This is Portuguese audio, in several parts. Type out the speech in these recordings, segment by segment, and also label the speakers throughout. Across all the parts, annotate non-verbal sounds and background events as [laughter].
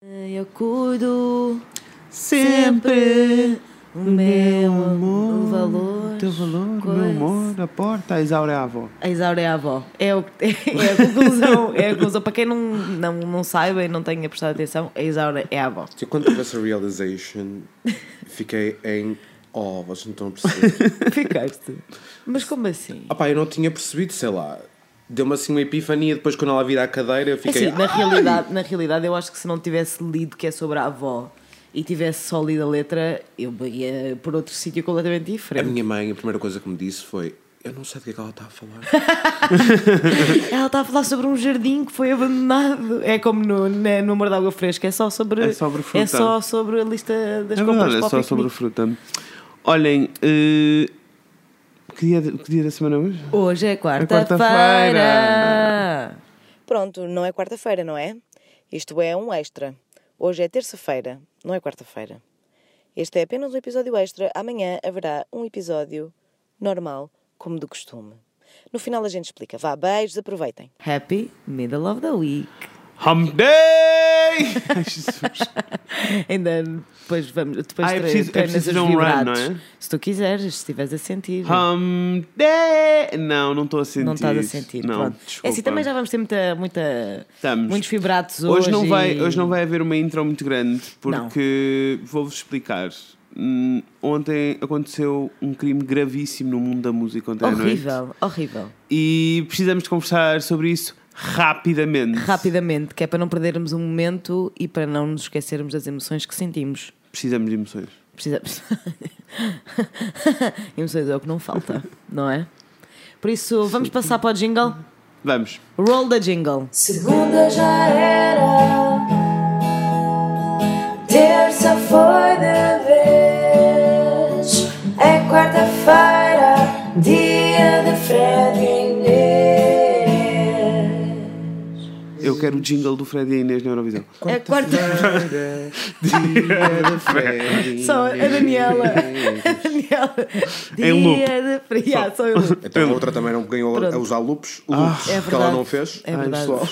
Speaker 1: Eh, eu cuido
Speaker 2: Sempre
Speaker 1: o meu Então
Speaker 2: amor,
Speaker 1: o valor.
Speaker 2: teu valor, meu
Speaker 1: coisa.
Speaker 2: amor, a porta, a Isaura é a avó.
Speaker 1: A Isaura é a avó. É, o- é a conclusão. É a conclusão. Para quem não, não, não saiba e não tenha prestado atenção, a Isaura é a avó.
Speaker 3: Eu, quando tive essa realization, fiquei em. Oh, vocês não estão
Speaker 1: [laughs]
Speaker 3: a perceber.
Speaker 1: Ficaste. Mas como assim?
Speaker 3: ah, pá, eu não tinha percebido, sei lá. Deu-me assim uma epifania, depois quando ela vira a cadeira, eu
Speaker 1: É
Speaker 3: fiquei. "Ah,
Speaker 1: Assim, na
Speaker 3: "Ai!"
Speaker 1: realidade, na realidade, eu acho que se não tivesse lido que é sobre a avó e tivesse só lido a letra, eu ia por outro sítio completamente
Speaker 3: A
Speaker 1: diferente.
Speaker 3: minha mãe, a primeira coisa que me disse foi: Eu não sei do que é que ela está a
Speaker 1: [laughs]
Speaker 3: falar.
Speaker 1: Ela está a falar sobre um jardim que foi abandonado. É como no, na- no Amor de Água Fresca, é só sobre.
Speaker 2: É sobre fruta.
Speaker 1: é só sobre a lista das
Speaker 2: É
Speaker 1: compras
Speaker 2: verdade, é
Speaker 1: para o
Speaker 2: só
Speaker 1: piquenique.
Speaker 2: sobre fruta. Olhem, eh, que, dia, de- que dia da semana é hoje?
Speaker 1: Hoje é
Speaker 2: quarta-feira.
Speaker 1: quarta-feira.
Speaker 4: Pronto, não é quarta-feira, não é? Isto é um extra. Hoje é terça-feira, não é quarta-feira. Este é apenas um episódio extra. Amanhã haverá um episódio normal, como do costume. No final a gente explica. Vá, beijos, aproveitem.
Speaker 1: Happy Middle of the Week.
Speaker 2: Hump Day! [laughs] Ai, Jesus.
Speaker 1: [laughs] Ainda depois vamos. Depois
Speaker 2: Ah, é
Speaker 1: tre-
Speaker 2: preciso- é
Speaker 1: treinas
Speaker 2: preciso
Speaker 1: os
Speaker 2: dar um run,
Speaker 1: vibratos.
Speaker 2: não é?
Speaker 1: Se tu quiseres, se estiveres a sentir.
Speaker 2: Hump Day! Não, não estou a sentir.
Speaker 1: Não estás a
Speaker 2: isso.
Speaker 1: sentir,
Speaker 2: Não,
Speaker 1: pronto. É assim,
Speaker 2: desculpa.
Speaker 1: também já vamos ter muita, muita,
Speaker 2: Estamos.
Speaker 1: muitos vibratos hoje.
Speaker 2: Hoje, não vai,
Speaker 1: e-
Speaker 2: hoje não vai haver uma intro muito grande, porque vou-vos explicar. Hum, Ontem aconteceu um crime gravíssimo no mundo da música ontem à noite.
Speaker 1: Horrível, horrível.
Speaker 2: E precisamos de conversar sobre isso rapidamente.
Speaker 1: Rapidamente, que é para não perdermos um momento e para não nos esquecermos das emoções que sentimos.
Speaker 2: Precisamos de emoções.
Speaker 1: Precisamos. [laughs] emoções é o que não falta, não é? Por isso, vamos passar para o jingle?
Speaker 2: Vamos.
Speaker 1: Roll the jingle.
Speaker 5: Segunda já era, terça foi de vez, é quarta-feira, dia de Fred e Inês.
Speaker 2: Eu quero o jingle do Fred e a Inês na Eurovisão.
Speaker 1: É quarta.
Speaker 3: Freddy.
Speaker 1: Só a
Speaker 2: [laughs]
Speaker 1: Daniela. A Daniela. Dia
Speaker 2: Em É um loop.
Speaker 1: de feriado. Só em loop.
Speaker 3: Então a outra também não ganhou
Speaker 1: Pronto.
Speaker 3: a usar loops, loops
Speaker 1: É
Speaker 3: que ela
Speaker 1: verdade.
Speaker 3: não fez.
Speaker 1: É verdade.
Speaker 3: pessoal.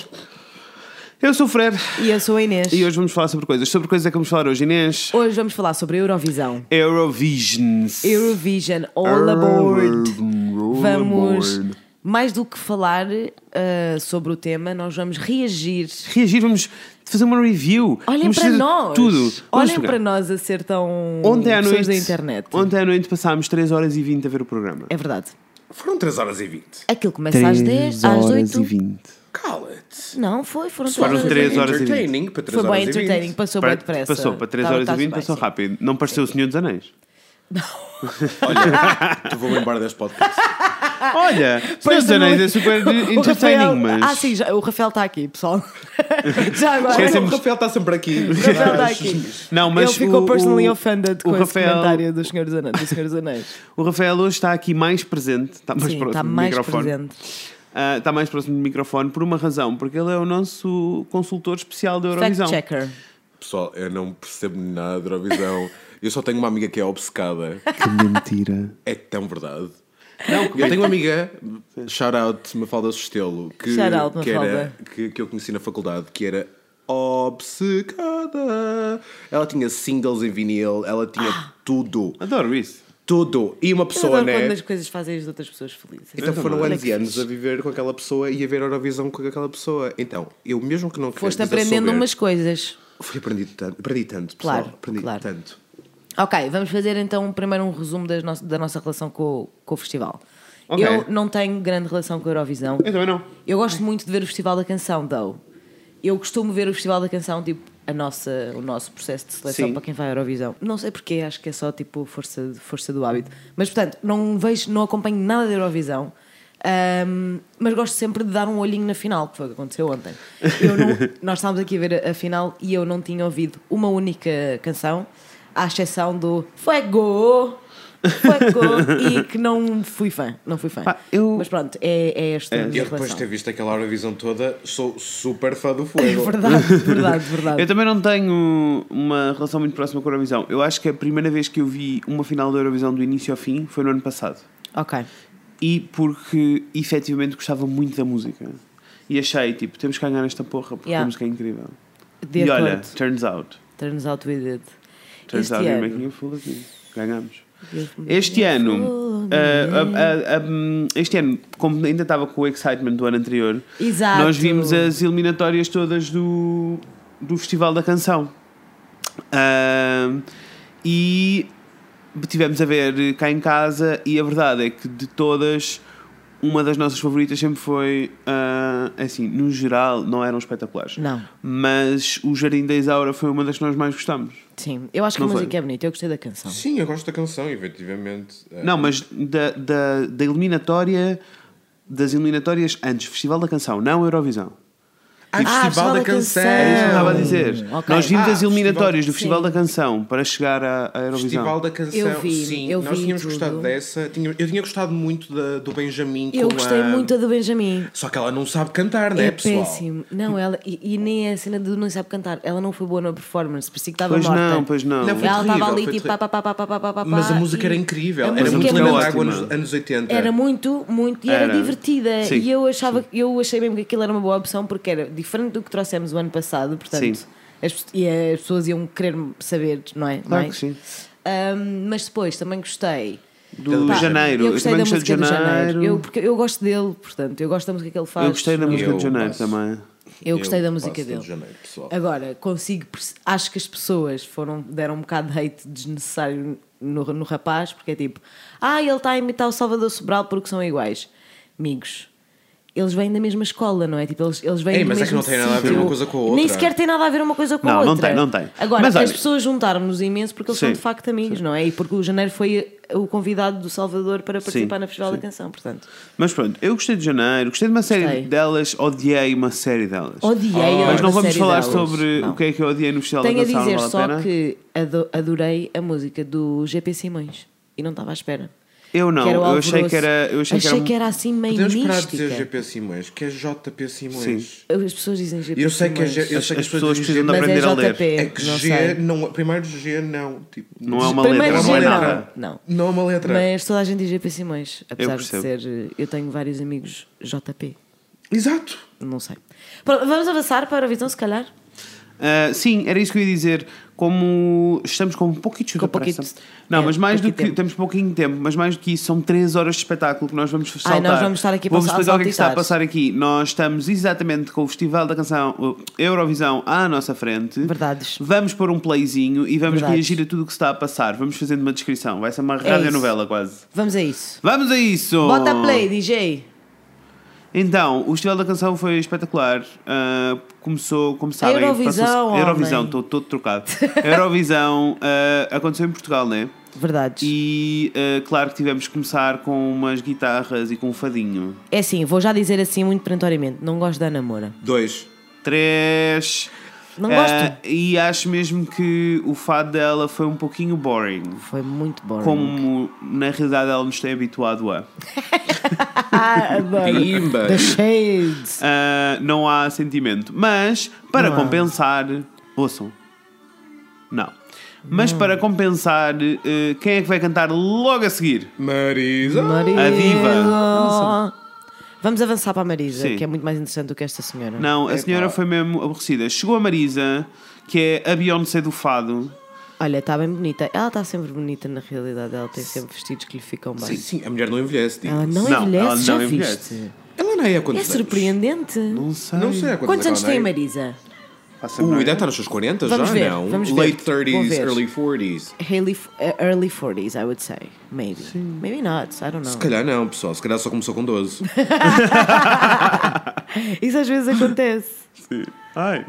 Speaker 2: Eu sou o Fred
Speaker 1: E eu sou a Inês.
Speaker 2: e hoje vamos falar sobre coisas. Sobre coisas é que vamos falar hoje, Inês.
Speaker 1: Hoje vamos falar sobre a Eurovisão.
Speaker 2: Eurovisions.
Speaker 1: Eurovision All Aboard. Vamos, mais do que falar uh, sobre o tema, nós vamos reagir.
Speaker 2: reagir, vamos fazer uma review.
Speaker 1: Olhem
Speaker 2: vamos
Speaker 1: para
Speaker 2: fazer
Speaker 1: nós.
Speaker 2: Tudo. Vamos
Speaker 1: Olhem
Speaker 2: jogar.
Speaker 1: para nós a ser tão
Speaker 2: Ontem à
Speaker 1: pessoas da
Speaker 2: noite,
Speaker 1: internet.
Speaker 2: Ontem à noite passámos 3 horas e 20 a ver o programa.
Speaker 1: É verdade.
Speaker 3: Foram 3 horas e 20.
Speaker 1: Aquilo começa às 10, às 8.
Speaker 2: 20.
Speaker 3: Cala-te.
Speaker 1: Não, foi, foram
Speaker 3: Pessoal,
Speaker 1: três
Speaker 2: Foram
Speaker 3: foi
Speaker 1: horas e
Speaker 2: três
Speaker 3: bem
Speaker 1: vinte.
Speaker 2: horas e vinte.
Speaker 3: entertaining para 3
Speaker 1: Foi
Speaker 3: horas
Speaker 1: bem
Speaker 3: e 20.
Speaker 1: entertaining, passou bem depressa.
Speaker 2: Passou, para 3
Speaker 1: Tá-
Speaker 2: horas
Speaker 1: tá-se
Speaker 2: e 20
Speaker 1: bem,
Speaker 2: passou
Speaker 1: sim.
Speaker 2: rápido. Não pareceu o Senhor dos Anéis.
Speaker 3: Olha, tu vou embora deste podcast.
Speaker 1: [laughs]
Speaker 2: Olha, o Senhor dos
Speaker 1: Parece
Speaker 2: Anéis
Speaker 1: uma-
Speaker 2: é
Speaker 1: [laughs]
Speaker 2: super
Speaker 1: O Rafael-
Speaker 2: entertaining, mas.
Speaker 1: Ah, sim, já- o Rafael está aqui,
Speaker 2: [laughs]
Speaker 1: pessoal. já agora.
Speaker 2: Esquecem-
Speaker 3: O Rafael está sempre aqui.
Speaker 1: O Rafael está aqui.
Speaker 2: Não, mas
Speaker 1: Ele ficou
Speaker 2: o-
Speaker 1: personally
Speaker 2: o-
Speaker 1: offended
Speaker 2: o
Speaker 1: com esse
Speaker 2: Rafael-
Speaker 1: comentário do Senhor dos Anéis. Do Senhor dos
Speaker 2: [laughs]
Speaker 1: Anéis.
Speaker 2: O Rafael hoje está aqui mais presente, está mais
Speaker 1: Sim,
Speaker 2: próximo
Speaker 1: está
Speaker 2: do
Speaker 1: mais
Speaker 2: microfone.
Speaker 1: presente.
Speaker 2: Ah, está mais próximo do microfone por uma razão, porque ele é o nosso consultor especial da
Speaker 1: Fact
Speaker 2: Eurovisão.
Speaker 1: checker.
Speaker 3: Pessoal, eu não percebo nada da Eurovisão. Eu só tenho uma amiga que é obcecada.
Speaker 2: Que mentira.
Speaker 3: É tão verdade. eu tenho uma amiga, shout out Mafalda Sustelo, que,
Speaker 1: Shout out,
Speaker 3: que, era,
Speaker 1: Mafalda.
Speaker 3: que, que eu conheci na faculdade, que era obcecada. Ela tinha singles em vinil, ela tinha tudo,
Speaker 2: [laughs] Adoro isso.
Speaker 3: tudo. E
Speaker 1: Ah.
Speaker 3: uma
Speaker 1: Eu
Speaker 3: pessoa,
Speaker 1: adoro quando
Speaker 3: né?
Speaker 1: as coisas fazem as outras pessoas felizes.
Speaker 3: Então foram
Speaker 1: Olha
Speaker 3: anos
Speaker 1: que
Speaker 3: e anos
Speaker 1: fixe.
Speaker 3: a viver com aquela pessoa e a ver a Eurovisão com aquela pessoa. Então, eu mesmo que não queira
Speaker 1: Foste
Speaker 3: dizer
Speaker 1: aprendendo
Speaker 3: souber,
Speaker 1: umas coisas.
Speaker 3: Fui aprendido tanto, aprendi tanto, pessoal.
Speaker 1: Claro,
Speaker 3: aprendi
Speaker 1: claro.
Speaker 3: tanto.
Speaker 1: Ok, vamos fazer então primeiro um resumo das nossas- da nossa relação com o, com o festival.
Speaker 2: Ok.
Speaker 1: Eu não tenho grande relação com a Eurovisão.
Speaker 2: Eu também não.
Speaker 1: Eu gosto muito de ver o Festival da Canção, though. Eu costumo ver o Festival da Canção, tipo, a nossa, o nosso processo de seleção
Speaker 2: Sim.
Speaker 1: para quem vai à Eurovisão. Não sei porquê, acho que é só tipo força, força do hábito. Mas portanto, não vejo, não acompanho nada da Eurovisão. ahm, mas gosto sempre de dar um olhinho na final, que foi o que aconteceu ontem. Eu
Speaker 2: [laughs]
Speaker 1: não- nós estávamos aqui a ver a, a final e eu não tinha ouvido uma única canção, à exceção do Fuego!
Speaker 2: [laughs]
Speaker 1: Fuego! e que não fui fã, não fui fã.
Speaker 2: Pá, eu-
Speaker 1: Mas pronto, é, é esta a minha
Speaker 3: Eu depois de
Speaker 1: relação.
Speaker 3: ter visto aquela Eurovisão toda, sou super fã
Speaker 2: [laughs]
Speaker 3: do
Speaker 2: É
Speaker 3: fogo.
Speaker 1: Verdade, É verdade, verdade.
Speaker 2: Eu também não tenho uma relação muito próxima com a Eurovisão. Eu acho que é a primeira vez que eu vi uma final da Eurovisão do início ao fim foi no ano passado.
Speaker 1: Ok.
Speaker 2: E porque efetivamente gostava muito da música. E achei, tipo, temos que ganhar esta porra porque
Speaker 1: Yeah.
Speaker 2: a música é incrível.
Speaker 1: de
Speaker 2: e
Speaker 1: acordo.
Speaker 2: olha, turns out.
Speaker 1: Turns out we did.
Speaker 2: Turns
Speaker 1: Este
Speaker 2: out we're
Speaker 1: ano.
Speaker 2: making a fool of you. Ganhamos. Este
Speaker 1: Oh,
Speaker 2: ano, ah, ah, ah, hum, este ano, como ainda estava com o excitement do ano anterior,
Speaker 1: Exato.
Speaker 2: nós vimos as eliminatórias todas do, do Festival da Canção. Ah, e tivemos a ver cá em casa, e a verdade é que de todas, uma das nossas favoritas sempre foi. ah, assim, no geral, não eram espetaculares.
Speaker 1: Não,
Speaker 2: Mas o Jardim da Isaura foi uma das que nós mais gostamos.
Speaker 1: sim. Eu acho que
Speaker 2: Não
Speaker 1: a
Speaker 2: foi.
Speaker 1: música é bonita. Eu gostei da canção.
Speaker 3: Sim, eu gosto da canção, efetivamente. É,
Speaker 2: Não, mas da, da, da eliminatória. Das eliminatórias antes, Festival da Canção, não Eurovisão.
Speaker 3: Ah, Festival da Canção!
Speaker 2: É isso que eu estava a
Speaker 1: Hum,
Speaker 2: dizer.
Speaker 1: ok.
Speaker 2: Nós vimos
Speaker 3: Ah,
Speaker 2: as eliminatórias do Festival
Speaker 1: Sim.
Speaker 2: da Canção para chegar à, à Eurovisão.
Speaker 3: Festival da Canção,
Speaker 1: Eu vi,
Speaker 3: sim.
Speaker 1: eu
Speaker 3: nós
Speaker 1: vi
Speaker 3: tínhamos
Speaker 1: tudo.
Speaker 3: gostado dessa. Tinha- eu tinha gostado muito da- do Benjamin
Speaker 1: Eu
Speaker 3: com
Speaker 1: gostei
Speaker 3: a-
Speaker 1: muito da do Benjamin.
Speaker 3: Só que ela não sabe cantar, né,
Speaker 1: É
Speaker 3: pessoal?
Speaker 1: péssimo. Não, ela. E, e nem a cena do não sabe cantar. Ela não foi boa na performance. Parecia que estava
Speaker 2: Pois
Speaker 1: morta.
Speaker 2: não, pois não.
Speaker 3: Não, foi
Speaker 1: ela estava
Speaker 3: terrível,
Speaker 1: ali
Speaker 3: foi
Speaker 1: tipo pá,
Speaker 3: terrível.
Speaker 1: pá, pá, pá, pá, pá, pá, pá,
Speaker 3: Mas a música era
Speaker 1: e-
Speaker 3: incrível.
Speaker 1: a
Speaker 3: Era
Speaker 1: música
Speaker 3: muito
Speaker 1: é
Speaker 2: Lena
Speaker 3: Lena
Speaker 1: muito-
Speaker 3: D'Água
Speaker 2: ótima.
Speaker 3: nos anos 80.
Speaker 1: Era muito, muito. E era,
Speaker 2: Era.
Speaker 1: divertida.
Speaker 2: Sim,
Speaker 1: E eu achava, eu achei mesmo que aquilo era uma boa opção porque era diferente do que trouxemos o ano passado, portanto.
Speaker 2: Sim.
Speaker 1: As, pe- e as pessoas iam querer saber, não é?
Speaker 2: Claro
Speaker 1: Mais.
Speaker 2: que sim.
Speaker 1: Ahm, mas depois também gostei.
Speaker 2: Do
Speaker 3: Pá,
Speaker 2: Janeiro.
Speaker 1: Eu
Speaker 2: Eu,
Speaker 1: gostei
Speaker 2: também
Speaker 1: da
Speaker 2: gostei
Speaker 1: música
Speaker 2: de
Speaker 1: do
Speaker 2: Janeiro.
Speaker 1: Janeiro. Eu,
Speaker 2: Eu,
Speaker 1: porque eu gosto dele, portanto, eu gosto da música que ele faz.
Speaker 2: gostei da
Speaker 1: Eu-
Speaker 2: música
Speaker 3: Eu
Speaker 2: do Janeiro
Speaker 3: passo.
Speaker 2: também.
Speaker 1: Eu gostei da
Speaker 3: passo
Speaker 1: música
Speaker 3: todo
Speaker 1: dele.
Speaker 3: Janeiro, pessoal.
Speaker 1: Agora, consigo. perce- Acho que as pessoas foram, deram um bocado de hate desnecessário no, no rapaz, porque é tipo, ah, ele está a imitar o Salvador Sobral porque são iguais. Amigos, eles vêm da mesma escola, não é? Tipo, eles, eles vêm
Speaker 3: Ei,
Speaker 1: do
Speaker 3: mas é que
Speaker 1: mesmo
Speaker 3: não tem nada a ver
Speaker 1: sítio.
Speaker 3: uma coisa com a outra.
Speaker 1: Nem sequer tem nada a ver uma coisa com a
Speaker 2: Não, não
Speaker 1: outra.
Speaker 2: tem, não tem.
Speaker 1: Agora,
Speaker 2: Mas
Speaker 1: as
Speaker 2: olha-
Speaker 1: pessoas juntaram-nos imenso porque eles são
Speaker 2: Sim,
Speaker 1: de facto amigos, não é? E porque o Janeiro foi o convidado do Salvador para participar no Festival da Canção, portanto.
Speaker 2: Mas pronto, eu gostei de Janeiro. Gostei de uma série
Speaker 1: Gostei.
Speaker 2: delas. Odiei uma série delas.
Speaker 1: Odiei a
Speaker 2: Mas
Speaker 1: outra
Speaker 2: não vamos
Speaker 1: série
Speaker 2: falar
Speaker 1: delas.
Speaker 2: sobre
Speaker 1: Não.
Speaker 2: o que é que eu odiei no Festival
Speaker 1: Tenho
Speaker 2: da
Speaker 1: a
Speaker 2: Canção.
Speaker 1: dizer
Speaker 2: não vale a
Speaker 1: só
Speaker 2: pena.
Speaker 1: que ado- adorei a música do GP Simões e não estava à espera.
Speaker 2: Eu não.
Speaker 1: Que era o
Speaker 2: Eu achei
Speaker 1: Alvoroço.
Speaker 2: que era. Eu achei, que era um-
Speaker 1: assim meio
Speaker 3: Podemos parar de
Speaker 1: mística.
Speaker 3: dizer GP Simões, que é JP Simões.
Speaker 2: Sim.
Speaker 1: As pessoas dizem GP
Speaker 3: Eu sei que é
Speaker 1: Simões.
Speaker 3: G- eu
Speaker 2: as,
Speaker 3: sei que
Speaker 2: as pessoas
Speaker 3: dizem
Speaker 2: precisam de
Speaker 1: Mas
Speaker 2: aprender
Speaker 1: é
Speaker 2: a ler.
Speaker 1: JP.
Speaker 3: É que
Speaker 1: Não sei.
Speaker 3: G, não, primeiro G não, tipo,
Speaker 2: Não é uma
Speaker 1: Primeiro
Speaker 2: letra, não é
Speaker 1: G não.
Speaker 2: nada.
Speaker 1: Não.
Speaker 3: não é uma letra.
Speaker 1: Mas toda a gente diz GP Simões, apesar de
Speaker 2: percebo.
Speaker 1: ser. eh, Eu tenho vários amigos JP,
Speaker 3: Exato.
Speaker 1: não sei. Pronto, vamos avançar para a visão, se calhar.
Speaker 2: Ah, sim, era isso que eu ia dizer. Como estamos com um pouquinho de
Speaker 1: Com
Speaker 2: pressa.
Speaker 1: pouquito-
Speaker 2: Não,
Speaker 1: é,
Speaker 2: mas mais do
Speaker 1: pouquinho
Speaker 2: que.
Speaker 1: tempo.
Speaker 2: Temos pouquinho tempo, mas mais do que isso, são 3 horas de espetáculo que nós vamos saltar.
Speaker 1: Ai, nós vamos estar aqui a
Speaker 2: Vamos
Speaker 1: passar-
Speaker 2: explicar o que é que está a
Speaker 1: saltitar.
Speaker 2: passar aqui. Nós estamos exatamente com o Festival da Canção o Eurovisão à nossa frente.
Speaker 1: Verdades.
Speaker 2: Vamos pôr um playzinho e vamos
Speaker 1: Verdades.
Speaker 2: reagir a tudo o que está a passar. Vamos fazendo uma descrição. Vai ser uma radionovela quase.
Speaker 1: Vamos a isso.
Speaker 2: Vamos a isso!
Speaker 1: Bota play, DJ.
Speaker 2: Então, o Festival da Canção foi espetacular. Ah, começou, como sabem,
Speaker 1: Eurovisão,
Speaker 2: passou-se- Eurovisão,
Speaker 1: homem.
Speaker 2: estou todo trocado. Eurovisão ah, aconteceu em Portugal, né?
Speaker 1: Verdades.
Speaker 2: E ah, claro que tivemos que começar com umas guitarras e com um fadinho.
Speaker 1: É assim, vou já dizer assim muito perentoriamente: não gosto da namora.
Speaker 3: Dois.
Speaker 2: Três.
Speaker 1: Não
Speaker 2: Ah,
Speaker 1: gosto.
Speaker 2: e acho mesmo que o fado dela foi um pouquinho boring.
Speaker 1: Foi muito bom.
Speaker 2: Como na realidade ela nos tem habituado a.
Speaker 1: Ah, adoro.
Speaker 3: Pimba.
Speaker 1: The Shades.
Speaker 2: Ah, não há sentimento. Mas, para
Speaker 1: Não há.
Speaker 2: compensar. Ouçam. Não. Mas para compensar, eh, quem é que vai cantar logo a seguir?
Speaker 3: Marisa.
Speaker 1: Marisa.
Speaker 2: A diva.
Speaker 1: Vamos avançar para a Marisa,
Speaker 2: Sim.
Speaker 1: que é muito mais interessante do que esta senhora.
Speaker 2: Não, a
Speaker 3: Epá.
Speaker 2: senhora foi mesmo aborrecida. Chegou a Marisa, que é a Beyoncé do Fado.
Speaker 1: Olha, está bem bonita. Ela está sempre bonita na realidade. Ela tem sempre vestidos que lhe ficam bem.
Speaker 3: Sim, sim, a mulher não envelhece. digo.
Speaker 1: Ela não,
Speaker 2: Não,
Speaker 1: envelhece,
Speaker 2: ela
Speaker 1: já
Speaker 2: não envelhece.
Speaker 1: viste.
Speaker 3: Ela não é a
Speaker 1: É
Speaker 3: quantos
Speaker 1: surpreendente.
Speaker 2: Não sei.
Speaker 3: anos? Não sei a quantos,
Speaker 1: Quantos anos
Speaker 3: ela
Speaker 1: tem a
Speaker 3: não é.
Speaker 1: Marisa?
Speaker 2: Faço a
Speaker 3: Ui,
Speaker 2: menor
Speaker 3: deve
Speaker 2: ideia.
Speaker 3: estar nos seus 40
Speaker 1: Vamos
Speaker 3: já,
Speaker 1: ver,
Speaker 3: não?
Speaker 1: vamos ver.
Speaker 3: Late
Speaker 1: Vou
Speaker 3: 30s,
Speaker 1: ver.
Speaker 3: early 40s.
Speaker 1: Early, f- eh, early 40s, I would say. Maybe. Maybe not. I don't know.
Speaker 3: Se calhar não, pessoal. Se calhar só começou
Speaker 1: [laughs]
Speaker 3: com 12.
Speaker 1: Isso às vezes acontece.
Speaker 2: Ai.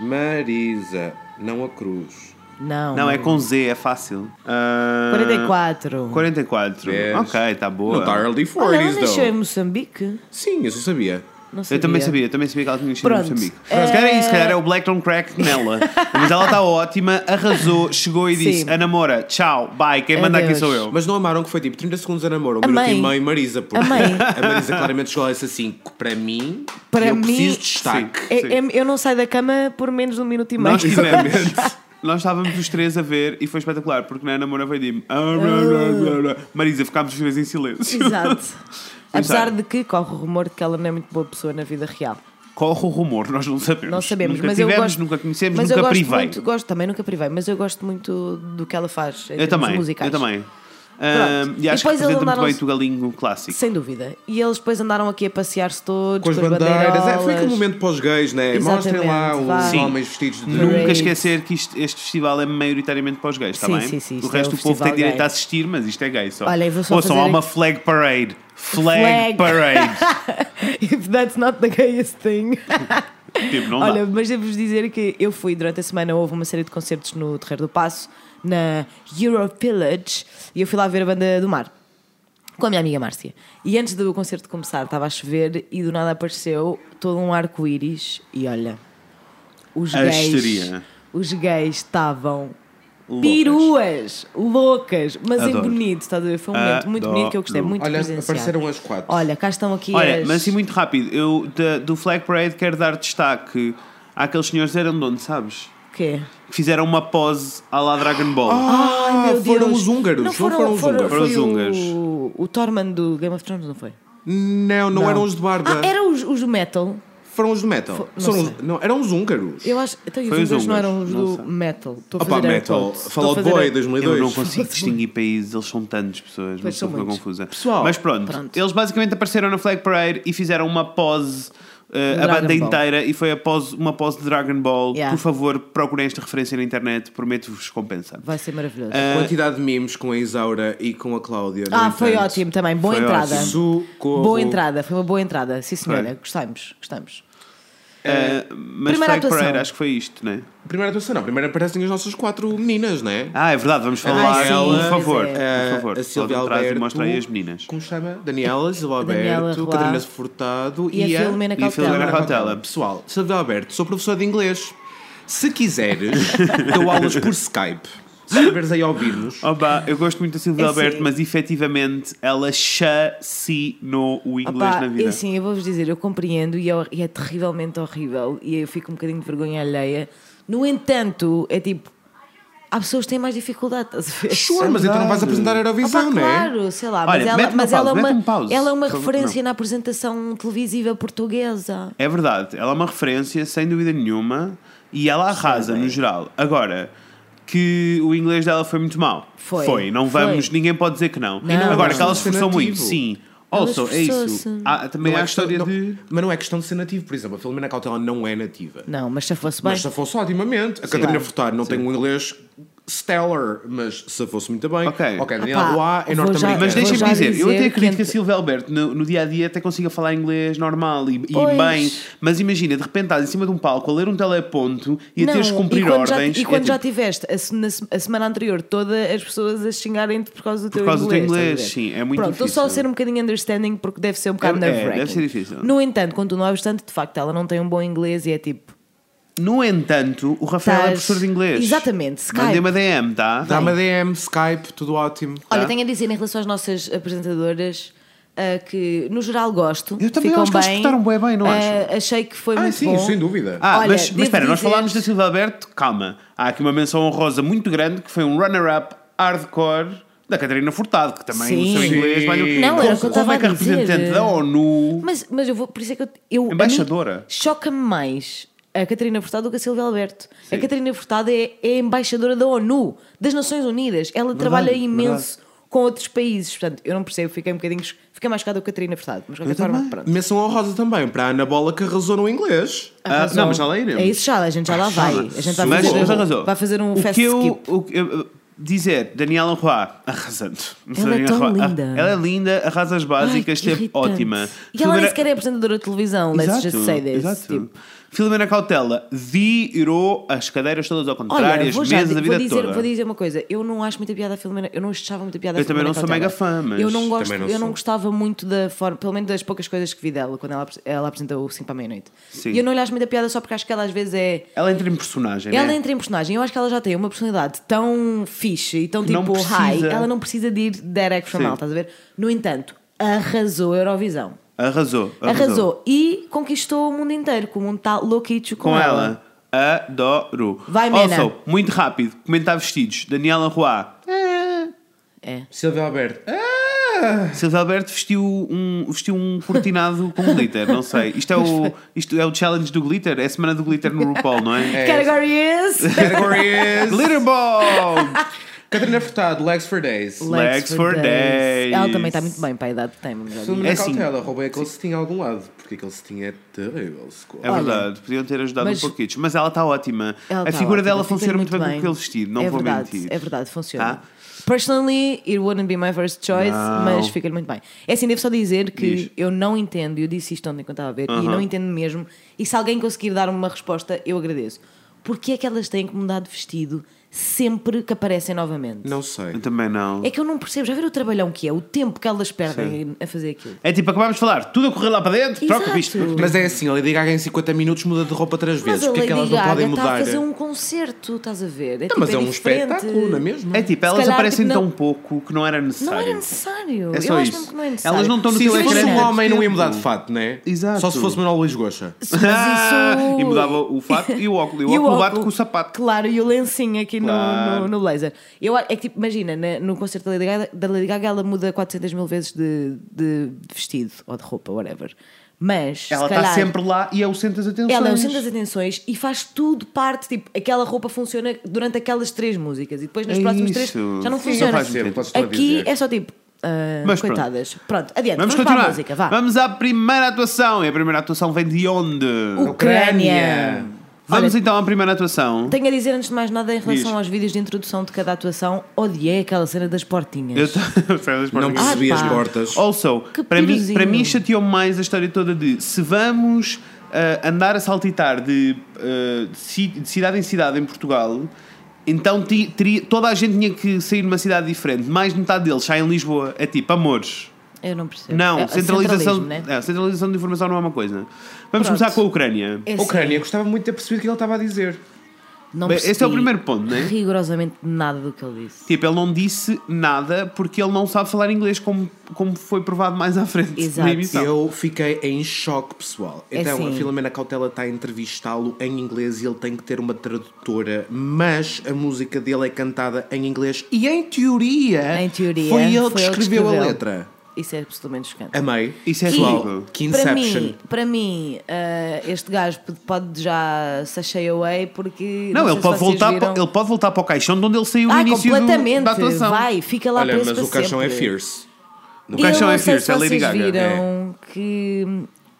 Speaker 3: Marisa, não a cruz.
Speaker 1: Não.
Speaker 2: Não, é com Z, é fácil. Ah,
Speaker 1: 44.
Speaker 2: 44.
Speaker 3: Yes.
Speaker 2: Ok, está boa.
Speaker 3: Não tá está early
Speaker 1: Olha, Ah, ela
Speaker 3: 40s,
Speaker 1: nasceu em
Speaker 3: though.
Speaker 1: Moçambique.
Speaker 3: Sim, isso eu sabia.
Speaker 1: Não sabia.
Speaker 2: Eu também sabia, eu também sabia que ela tinha nascido em
Speaker 1: Pronto.
Speaker 2: Moçambique. Se
Speaker 1: Eh,
Speaker 2: calhar é isso, se calhar é o Black Don't Crack
Speaker 1: [laughs]
Speaker 2: nela. Mas ela está ótima, arrasou, chegou e disse:
Speaker 1: Sim.
Speaker 2: A namora, tchau, bye, quem manda aqui
Speaker 1: Adeus.
Speaker 2: sou eu.
Speaker 3: Mas não amaram que foi tipo 30 segundos a namoro, um
Speaker 1: Amei.
Speaker 3: minuto e meio Marisa, porque
Speaker 1: Amei.
Speaker 3: [laughs] a Marisa claramente chegou a esse assim, que para mim,
Speaker 1: Para
Speaker 3: eu preciso
Speaker 1: mim-
Speaker 3: de destaque.
Speaker 1: É-
Speaker 2: Sim. é
Speaker 1: é- eu não saio da cama por menos de um minuto e meio.
Speaker 2: Nós tivemos.
Speaker 1: [laughs]
Speaker 2: [laughs] Nós estávamos os três a ver e foi espetacular, porque na namora veio de
Speaker 1: Ah.
Speaker 2: Marisa, ficámos os três em silêncio.
Speaker 1: Exato. Apesar de que corre o rumor de que ela não é muito boa pessoa na vida real.
Speaker 2: Corre o rumor, nós não sabemos.
Speaker 1: Não sabemos,
Speaker 2: nunca
Speaker 1: mas
Speaker 2: tivemos,
Speaker 1: eu gosto,
Speaker 2: nunca conhecemos,
Speaker 1: mas eu
Speaker 2: nunca
Speaker 1: gosto
Speaker 2: privei.
Speaker 1: muito- gosto- também nunca privei, mas eu gosto muito do que ela faz. em termos
Speaker 2: eu também,
Speaker 1: musicais.
Speaker 2: eu também. Ahm,
Speaker 1: Pronto.
Speaker 2: e acho que
Speaker 1: E depois eles
Speaker 2: representa muito bem
Speaker 1: andaram-se-
Speaker 2: o Tugalingo clássico.
Speaker 1: Sem dúvida. E eles depois andaram aqui a passear-se todos
Speaker 3: Com as bandeiras. É, foi aquele
Speaker 1: bandeirolas.
Speaker 3: momento para os gays, né? Mostrem lá
Speaker 1: Exatamente,
Speaker 3: os
Speaker 1: vá.
Speaker 3: homens vestidos de.
Speaker 1: Parade.
Speaker 2: Nunca esquecer que isto- este festival é maioritariamente para os gays, está
Speaker 1: Sim,
Speaker 2: bem?
Speaker 1: sim, sim,
Speaker 2: o
Speaker 1: isto é
Speaker 2: resto
Speaker 1: um
Speaker 2: do povo tem
Speaker 1: festival
Speaker 2: direito
Speaker 1: gay.
Speaker 2: a assistir, mas isto é gay só.
Speaker 1: Olha, eu vou só
Speaker 2: Ouçam,
Speaker 1: fazer
Speaker 2: há uma
Speaker 1: aqui-
Speaker 2: flag parade.
Speaker 1: Flag.
Speaker 2: Flag, [laughs] parade.
Speaker 1: [laughs] If that's not the gayest thing.
Speaker 2: tipo, não
Speaker 1: Olha,
Speaker 2: dá.
Speaker 1: mas devo-vos dizer que eu fui durante a semana, houve uma série de concertos no Terreiro do Passo, na Euro Village, e eu fui lá ver a banda do mar. Com a minha amiga Márcia. E antes do concerto começar, estava a chover e do nada apareceu todo um arco-íris. E olha, os
Speaker 2: A
Speaker 1: gays.
Speaker 2: histeria.
Speaker 1: Os gays estavam
Speaker 2: Loucas.
Speaker 1: peruas, loucas, mas em
Speaker 2: Adoro.
Speaker 1: bonito, estás a ver? Foi um momento muito
Speaker 2: Adoro.
Speaker 1: bonito que eu gostei muito de
Speaker 3: Olha,
Speaker 1: presenciar.
Speaker 3: apareceram as quatro.
Speaker 1: Olha, cá estão aqui
Speaker 2: Olha,
Speaker 1: as...
Speaker 2: mas assim muito rápido, eu da- do Flag Parade quero dar destaque àqueles senhores que eram de onde, sabes?
Speaker 1: O quê?
Speaker 2: Que fizeram uma pose à la Dragon Ball.
Speaker 3: Ah,
Speaker 1: Ai, meu
Speaker 3: foram
Speaker 1: Deus.
Speaker 3: os húngaros. Não foram, os húngaros.
Speaker 2: Foram os
Speaker 1: foi o-
Speaker 2: húngaros.
Speaker 1: O, Thorman do Game of Thrones, não foi?
Speaker 3: Não, não, eram os de barba.
Speaker 1: Ah, eram os, os do metal.
Speaker 3: Foram os de metal.
Speaker 1: Fo- não
Speaker 3: Foram os-
Speaker 1: sei.
Speaker 3: não, eram os húngaros.
Speaker 1: Eu acho. Então, e os
Speaker 2: Foi os
Speaker 1: húngaros não eram
Speaker 2: húngaros,
Speaker 1: os
Speaker 2: não
Speaker 1: do
Speaker 2: sei.
Speaker 1: metal. Estou a
Speaker 3: Opa,
Speaker 1: fazer air
Speaker 3: metal.
Speaker 1: quotes. Estou
Speaker 3: Fall
Speaker 1: a
Speaker 3: Out
Speaker 1: fazer
Speaker 3: Boy
Speaker 1: air-
Speaker 3: 2002.
Speaker 2: Eu
Speaker 1: [laughs]
Speaker 2: não consigo distinguir países, eles são tantas pessoas, mas
Speaker 1: Pois
Speaker 2: estou
Speaker 1: são
Speaker 2: muito
Speaker 1: muitos.
Speaker 2: confusa.
Speaker 3: Pessoal,
Speaker 2: mas pronto,
Speaker 1: pronto.
Speaker 2: eles basicamente apareceram na Flag Parade e fizeram uma pose, eh, a
Speaker 1: Um Dragon
Speaker 2: banda
Speaker 1: Ball.
Speaker 2: inteira, e foi a pose, uma pose de Dragon Ball.
Speaker 1: Yeah.
Speaker 2: Por favor, procurem esta referência na internet, prometo-vos compensar.
Speaker 1: Vai ser maravilhoso.
Speaker 3: A quantidade de memes com a Isaura e com a Cláudia. no
Speaker 1: ah, foi
Speaker 3: entanto.
Speaker 1: ótimo também. Boa
Speaker 2: Foi
Speaker 1: entrada.
Speaker 2: ótimo.
Speaker 3: Socorro.
Speaker 1: Boa entrada, foi uma boa entrada. Sim, senhora.
Speaker 2: Foi.
Speaker 1: Gostamos, gostamos.
Speaker 2: Eh, mas
Speaker 1: primeira
Speaker 2: Flag
Speaker 1: atuação.
Speaker 2: Parade, acho que foi isto, né?
Speaker 3: Primeira atuação, não. Primeiro aparecem as nossas quatro meninas, né?
Speaker 2: Ah, é verdade, vamos falar.
Speaker 1: sim,
Speaker 2: por
Speaker 1: pois
Speaker 2: favor,
Speaker 1: é.
Speaker 2: por favor.
Speaker 3: a Silvia
Speaker 2: Lá de trás
Speaker 3: Alberto.
Speaker 2: E mostra aí as meninas.
Speaker 3: Como se chama? Daniela, Silvia
Speaker 1: Daniela
Speaker 3: Alberto,
Speaker 1: Ruá.
Speaker 3: Catarina Furtado
Speaker 1: E, a Filomena
Speaker 2: e a Filomena
Speaker 1: Cautela.
Speaker 2: Cautela. Cautela.
Speaker 3: Pessoal, Silvia Alberto, sou professor de inglês.
Speaker 2: [laughs]
Speaker 3: Se quiseres, dou aulas por Skype. Se estiveres aí a ouvir-nos,
Speaker 2: Oba, eu gosto muito da Silvia
Speaker 1: É
Speaker 2: Alberto,
Speaker 1: sim.
Speaker 2: mas efetivamente ela chacinou o inglês
Speaker 1: Opa,
Speaker 2: na vida.
Speaker 1: E sim, eu vou-vos dizer, eu compreendo e é, hor- e é terrivelmente horrível e eu fico um bocadinho de vergonha alheia. No entanto, é tipo, há pessoas que têm mais dificuldade, estás a ver?
Speaker 3: sure, mas então não vais apresentar a Eurovisão,
Speaker 1: Opa,
Speaker 3: não é?
Speaker 1: claro, sei lá,
Speaker 2: Olha,
Speaker 1: mas, ela,
Speaker 2: mete-me
Speaker 1: mas
Speaker 2: uma
Speaker 1: ela
Speaker 2: pausa,
Speaker 1: é
Speaker 2: mete-me
Speaker 1: uma,
Speaker 2: pausa.
Speaker 1: ela é uma
Speaker 2: Não.
Speaker 1: referência na apresentação televisiva portuguesa.
Speaker 2: É verdade, ela é uma referência, sem dúvida nenhuma, e ela arrasa no geral. Agora, que o inglês dela foi muito mau.
Speaker 1: Foi.
Speaker 2: não
Speaker 1: Foi.
Speaker 2: vamos, ninguém pode dizer que não.
Speaker 1: E não,
Speaker 2: Agora,
Speaker 1: não.
Speaker 2: que ela se esforçou muito,
Speaker 3: Alternativo.
Speaker 2: sim.
Speaker 1: Ela
Speaker 2: Also, é isso.
Speaker 1: esforçou-se.
Speaker 2: Há- também
Speaker 3: Não
Speaker 2: há
Speaker 3: é
Speaker 2: a
Speaker 3: questão-
Speaker 2: história
Speaker 3: não-
Speaker 2: de.
Speaker 3: Mas não é questão de ser nativo, por exemplo, a Filomena Cautela não é nativa.
Speaker 1: Não, mas se fosse bem.
Speaker 3: Mas se fosse otimamente. A Catarina
Speaker 1: Claro.
Speaker 3: Furtado não tem um inglês stellar, mas se fosse muito bem.
Speaker 2: Ok.
Speaker 3: Ok, Daniela
Speaker 1: Opa,
Speaker 3: Roá é
Speaker 1: vou
Speaker 3: norte-americana.
Speaker 1: já-
Speaker 2: Mas
Speaker 1: Vou
Speaker 2: deixem-me
Speaker 1: já
Speaker 2: dizer, eu
Speaker 1: dizer
Speaker 2: até
Speaker 1: que
Speaker 2: acredito que, a
Speaker 1: entre-
Speaker 2: Silvia Alberto no, no dia a dia até consiga falar inglês normal e, e
Speaker 1: Pois.
Speaker 2: bem, mas imagina, de repente estás em cima de um palco a ler um teleponto e a
Speaker 1: Não,
Speaker 2: teres de cumprir
Speaker 1: e quando já-
Speaker 2: ordens.
Speaker 1: e quando
Speaker 2: é
Speaker 1: já
Speaker 2: tipo,
Speaker 1: tiveste a, se- na se- a semana anterior todas as pessoas a xingarem-te por causa do teu
Speaker 2: causa do teu
Speaker 1: inglês. estás a ver?
Speaker 2: inglês, sim, é muito
Speaker 1: Pronto, estou só a
Speaker 2: difícil.
Speaker 1: ser um bocadinho understanding porque deve ser um bocado
Speaker 2: É,
Speaker 1: nerve wracking
Speaker 2: deve ser difícil.
Speaker 1: No entanto, contudo, não obstante, de facto, ela não tem um bom inglês e é tipo.
Speaker 2: No entanto, o Rafael é
Speaker 1: Tás-
Speaker 2: professor de inglês.
Speaker 1: Exatamente, Skype.
Speaker 2: Mandei uma DM, tá?
Speaker 3: Dá-me a DM, Skype, tudo ótimo.
Speaker 1: Olha,
Speaker 2: Tá.
Speaker 1: tenho a dizer em relação às nossas apresentadoras ah, que no geral gosto.
Speaker 2: Eu também
Speaker 1: ficam
Speaker 2: acho que
Speaker 1: bem.
Speaker 2: elas portaram bué bem, não
Speaker 1: Ah,
Speaker 2: achas?
Speaker 1: Achei que foi
Speaker 3: Ah,
Speaker 1: muito
Speaker 3: sim,
Speaker 1: bom.
Speaker 3: sem dúvida.
Speaker 2: Ah,
Speaker 1: Olha,
Speaker 2: mas, mas
Speaker 1: devo
Speaker 2: espera, nós
Speaker 1: dizer-
Speaker 2: falámos da Silvia Alberto, calma. Há aqui uma menção honrosa muito grande que foi um runner-up hardcore da Catarina Furtado, que também
Speaker 1: Sim.
Speaker 2: o seu inglês.
Speaker 3: Sim.
Speaker 2: Mas,
Speaker 1: Não, era o que eu
Speaker 2: como
Speaker 1: estava
Speaker 2: é que a
Speaker 1: a dizer.
Speaker 2: representante da ONU.
Speaker 1: Mas, mas eu vou, por isso é que eu. eu a mim
Speaker 2: Embaixadora.
Speaker 1: Choca-me mais a Catarina Furtado do que a Silvia Alberto. A Catarina Furtado é, é embaixadora da ONU, das Nações Unidas. Ela trabalha imenso com outros países. Portanto, eu não percebo, fiquei um bocadinho. Fiquei mais chocada com a Catarina Furtado, mas de qualquer forma,
Speaker 2: também.
Speaker 1: pronto.
Speaker 3: Menção honrosa também para a Ana Bola que arrasou no inglês.
Speaker 2: Ah, não, mas já lá iremos.
Speaker 1: É isso já, a gente já lá vai. A gente vai
Speaker 2: mas,
Speaker 1: fazer,
Speaker 2: mas arrasou.
Speaker 1: vai fazer um
Speaker 2: o
Speaker 1: fast
Speaker 2: que eu,
Speaker 1: skip.
Speaker 2: o que eu- dizer, Daniela Roa, arrasando.
Speaker 1: Ela é tão
Speaker 2: Roy, ah,
Speaker 1: linda.
Speaker 2: Ela é linda, arrasa as básicas,
Speaker 1: Ai, que
Speaker 2: esteve
Speaker 1: irritante.
Speaker 2: ótima.
Speaker 1: E ela nem
Speaker 2: Filomena-
Speaker 1: sequer é apresentadora de televisão, let's
Speaker 2: Exato,
Speaker 1: just say this.
Speaker 2: exato.
Speaker 1: Tipo,
Speaker 2: Filomena Cautela virou as cadeiras todas ao contrário,
Speaker 1: olha,
Speaker 2: as
Speaker 1: vou
Speaker 2: mesas
Speaker 1: já
Speaker 2: a
Speaker 1: di-
Speaker 2: vida
Speaker 1: vou dizer,
Speaker 2: toda.
Speaker 1: vou dizer uma coisa, eu não acho muita piada a Filomena, eu não achava muita piada a
Speaker 2: Eu também
Speaker 1: Filomena
Speaker 2: não sou
Speaker 1: Cautela.
Speaker 2: mega fã, mas
Speaker 1: eu não gosto,
Speaker 3: também não
Speaker 1: eu não
Speaker 3: sou.
Speaker 1: gostava muito da forma, pelo menos das poucas coisas que vi dela quando ela, apres- ela apresentou o 5 para a meia-noite.
Speaker 2: Sim.
Speaker 1: E eu não lhe acho muita piada só porque acho que ela às vezes é
Speaker 2: Ela entra em personagem,
Speaker 1: Ela
Speaker 2: né?
Speaker 1: entra em personagem, eu acho que ela já tem uma personalidade tão fixe e tão
Speaker 2: Que não
Speaker 1: tipo
Speaker 2: precisa-
Speaker 1: high, ela não precisa de ir direct from
Speaker 2: Sim.
Speaker 1: out, estás a ver? No entanto, arrasou a Eurovisão.
Speaker 2: Arrasou, arrasou.
Speaker 1: Arrasou. e conquistou o mundo inteiro, que o mundo está louquicho com,
Speaker 2: Com ela. Adoro.
Speaker 1: Vai,
Speaker 2: Also,
Speaker 1: Mena.
Speaker 2: muito rápido, comentar vestidos. Daniela Roa.
Speaker 1: É.
Speaker 3: Silvia Alberto. Ah!
Speaker 2: Silvio Alberto vestiu um, vestiu um cortinado com glitter, não sei. Isto
Speaker 1: [laughs]
Speaker 2: é, o, isto é o challenge do glitter? É a semana do glitter no RuPaul, não
Speaker 1: [laughs]
Speaker 2: é?
Speaker 1: Category is.
Speaker 3: Category is...
Speaker 2: Glitter Bomb!
Speaker 3: Catarina Furtado, Legs for Days.
Speaker 2: Legs for days.
Speaker 1: Ela também está muito bem para a idade que tem. mas já
Speaker 3: Filme
Speaker 1: digo.
Speaker 3: na
Speaker 2: É assim.
Speaker 3: cautela, roubei aquele cetim a algum lado, porque aquele cetim é terrível, squad.
Speaker 2: É verdade, podiam ter ajudado
Speaker 1: mas-
Speaker 2: um pouquinho, mas ela está ótima.
Speaker 1: Ela
Speaker 2: a
Speaker 1: está
Speaker 2: figura
Speaker 1: ótima,
Speaker 2: dela
Speaker 1: fica
Speaker 2: funciona muito bem com aquele vestido, não
Speaker 1: é
Speaker 2: vou
Speaker 1: verdade,
Speaker 2: mentir.
Speaker 1: É verdade, funciona.
Speaker 2: Tá?
Speaker 1: Personally, it wouldn't be my first choice,
Speaker 2: Não.
Speaker 1: mas fica-lhe muito bem. É assim, devo só dizer que
Speaker 2: Diz.
Speaker 1: eu não entendo, e eu disse isto ontem quando estava a ver, e
Speaker 2: Aham.
Speaker 1: não entendo mesmo. E se alguém conseguir dar uma resposta, eu agradeço. Porquê é que elas têm que mudar de vestido sempre que aparecem novamente?
Speaker 3: Não sei.
Speaker 2: Eu também não.
Speaker 1: É que eu não percebo, já viram o trabalhão que é, o tempo que elas perdem a fazer aquilo.
Speaker 2: É tipo, acabámos de falar, tudo a correr lá para dentro, troca o visto.
Speaker 1: Exato.
Speaker 3: Mas é assim, a Lady Gaga em 50 minutos muda de roupa três
Speaker 1: Mas
Speaker 3: vezes.
Speaker 1: a
Speaker 3: Porque é
Speaker 1: Lady
Speaker 3: que elas não
Speaker 1: Gaga
Speaker 3: podem
Speaker 1: está
Speaker 3: mudar? né?
Speaker 1: a fazer um concerto, estás a ver? É,
Speaker 3: Não, mas
Speaker 1: tipo,
Speaker 3: é um
Speaker 1: diferente.
Speaker 3: espetáculo, não é mesmo?
Speaker 2: É tipo, elas
Speaker 1: calhar,
Speaker 2: aparecem
Speaker 1: tipo,
Speaker 2: tão
Speaker 1: não-
Speaker 2: pouco que não era necessário.
Speaker 1: Não era
Speaker 2: [laughs]
Speaker 1: necessário.
Speaker 2: É só
Speaker 1: eu acho
Speaker 2: isso.
Speaker 1: mesmo que não é necessário.
Speaker 2: Elas não estão no
Speaker 3: Se
Speaker 2: Aquilo é
Speaker 3: fosse
Speaker 2: grande
Speaker 3: um homem, não ia
Speaker 2: tempo.
Speaker 3: mudar de fato, não é?
Speaker 2: Exato.
Speaker 3: Só se fosse Manuel Luís Goxa.
Speaker 1: Mas isso-
Speaker 2: [laughs] E mudava o fato e o óculo. E
Speaker 1: [laughs]
Speaker 2: o
Speaker 1: E
Speaker 2: óculo bate com o sapato.
Speaker 1: Claro, e o lencinho aqui no-
Speaker 2: Claro.
Speaker 1: no, no, laser. Eu, a- é que, tipo, imagina, na- no concerto da Lady, Gaga, da Lady Gaga ela muda 400 mil vezes de, de vestido ou de roupa, whatever. Mas,
Speaker 2: Ela
Speaker 1: se
Speaker 2: está
Speaker 1: calhar,
Speaker 2: sempre lá e é o centro das atenções.
Speaker 1: Ela é o centro das atenções e faz tudo parte, tipo, aquela roupa funciona durante aquelas três músicas e depois nas
Speaker 2: É
Speaker 1: próximas
Speaker 2: isso.
Speaker 1: três já não
Speaker 2: Sim,
Speaker 1: funciona.
Speaker 2: não faz sentido.
Speaker 3: Posso estar a
Speaker 1: Aqui
Speaker 3: dizer.
Speaker 1: é só tipo, ah,
Speaker 2: Mas pronto.
Speaker 1: coitadas. Pronto, adiante, vamos,
Speaker 2: Vamos, continuar.
Speaker 1: para a música, vá.
Speaker 2: Vamos à primeira atuação. E a primeira atuação vem de onde?
Speaker 1: Ucrânia.
Speaker 2: Vamos
Speaker 1: Uh, Olha-
Speaker 2: então à primeira atuação.
Speaker 1: Tenho a dizer antes de mais nada em relação
Speaker 2: Diz.
Speaker 1: aos vídeos de introdução de cada atuação, odiei aquela cena das portinhas.
Speaker 2: Eu tô- [laughs] Espera, deixa eu
Speaker 3: Não
Speaker 2: parar.
Speaker 3: percebi
Speaker 1: Ah,
Speaker 3: as
Speaker 1: pá.
Speaker 3: portas.
Speaker 2: Also,
Speaker 1: Que
Speaker 2: para mim,
Speaker 1: piruzinho.
Speaker 2: para mim chateou mais a história toda de se vamos ah, andar a saltitar de, ah, de ci- de cidade em cidade em Portugal, então ti- teria- toda a gente tinha que sair numa cidade diferente. Mais de metade deles sai em Lisboa. É tipo, amores.
Speaker 1: Eu não percebo.
Speaker 2: Não,
Speaker 1: É, é
Speaker 2: centralização,
Speaker 1: centralismo, né?
Speaker 2: é, centralização de informação não é uma coisa.
Speaker 1: Pronto.
Speaker 2: Vamos começar com a Ucrânia.
Speaker 1: É assim,
Speaker 3: Ucrânia, gostava muito de ter percebido o que ele estava a dizer.
Speaker 1: não
Speaker 2: Bem, esse é o
Speaker 1: percebi
Speaker 2: primeiro ponto, né?
Speaker 1: Rigorosamente nada do que ele disse.
Speaker 2: Tipo, ele não disse nada porque ele não sabe falar inglês, como, como foi provado mais à frente
Speaker 1: Exato.
Speaker 2: na emissão.
Speaker 3: Eu fiquei em choque, pessoal.
Speaker 1: É
Speaker 3: Então, a
Speaker 1: assim.
Speaker 3: Filomena Cautela está a entrevistá-lo em inglês e ele tem que ter uma tradutora, mas a música dele é cantada em inglês e, em teoria,
Speaker 1: Em teoria,
Speaker 3: foi ele que
Speaker 1: foi ele que
Speaker 3: escreveu a
Speaker 1: escreveu.
Speaker 3: letra.
Speaker 1: Isso é absolutamente chocante.
Speaker 3: Amei.
Speaker 2: Isso é
Speaker 1: Que-
Speaker 2: ridículo.
Speaker 3: Que
Speaker 1: Para
Speaker 3: Inception.
Speaker 1: mim, para mim ah, este gajo p- pode já sashei away porque.
Speaker 2: Não,
Speaker 1: sei
Speaker 2: ele
Speaker 1: se
Speaker 2: pode,
Speaker 1: vocês
Speaker 2: voltar
Speaker 1: viram.
Speaker 2: para, ele pode voltar para o caixão de onde ele saiu no
Speaker 1: Ai,
Speaker 2: início do-
Speaker 1: completamente.
Speaker 2: da atuação.
Speaker 1: Vai, fica lá
Speaker 3: Olha,
Speaker 1: preso
Speaker 3: mas
Speaker 1: para
Speaker 3: o caixão é
Speaker 1: sempre.
Speaker 3: fierce.
Speaker 2: O caixão
Speaker 1: eu não
Speaker 2: é
Speaker 1: sei
Speaker 2: fierce,
Speaker 1: se
Speaker 2: é Lady
Speaker 1: vocês
Speaker 2: Gaga.
Speaker 1: viram que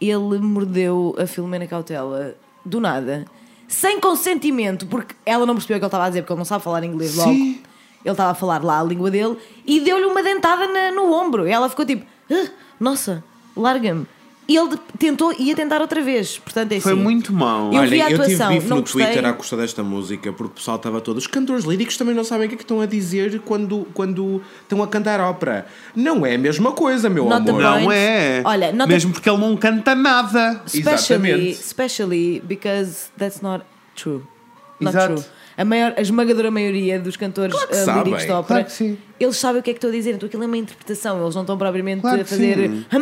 Speaker 1: ele mordeu a Filomena Cautela do nada, sem consentimento, porque ela não percebeu o que ele estava a dizer, porque ele não sabe falar inglês logo.
Speaker 2: Sim.
Speaker 1: Ele estava a falar lá a língua dele e deu-lhe uma dentada na- no ombro. E ela ficou tipo, "Ah, nossa, larga-me. E ele tentou, ia tentar outra vez. Portanto, é
Speaker 2: Foi
Speaker 1: assim.
Speaker 2: muito mau.
Speaker 1: Eu
Speaker 2: Olha,
Speaker 1: vi a
Speaker 3: eu tive
Speaker 1: atuação,
Speaker 3: bife
Speaker 1: não
Speaker 3: no
Speaker 1: gostei.
Speaker 3: Twitter à custa desta música, porque o pessoal estava todo. Os cantores líricos também não sabem o que é que estão a dizer quando, quando estão a cantar ópera. Não é a mesma coisa, meu
Speaker 1: Nota
Speaker 3: amor.
Speaker 1: bem.
Speaker 2: Não é.
Speaker 1: Olha, nota-
Speaker 2: Mesmo porque ele não canta nada.
Speaker 1: Especially,
Speaker 3: Exatamente.
Speaker 1: especially because that's not true. Not
Speaker 2: Exato.
Speaker 1: true. A, maior, a esmagadora maioria dos cantores
Speaker 3: Claro que
Speaker 1: eh,
Speaker 3: sabem.
Speaker 1: líricos da ópera,
Speaker 2: Claro que sim.
Speaker 1: eles sabem o que é que estou a dizer, então aquilo é uma interpretação, eles não estão propriamente
Speaker 2: Claro
Speaker 1: a
Speaker 2: que
Speaker 1: fazer. Hum,
Speaker 2: sim. tá-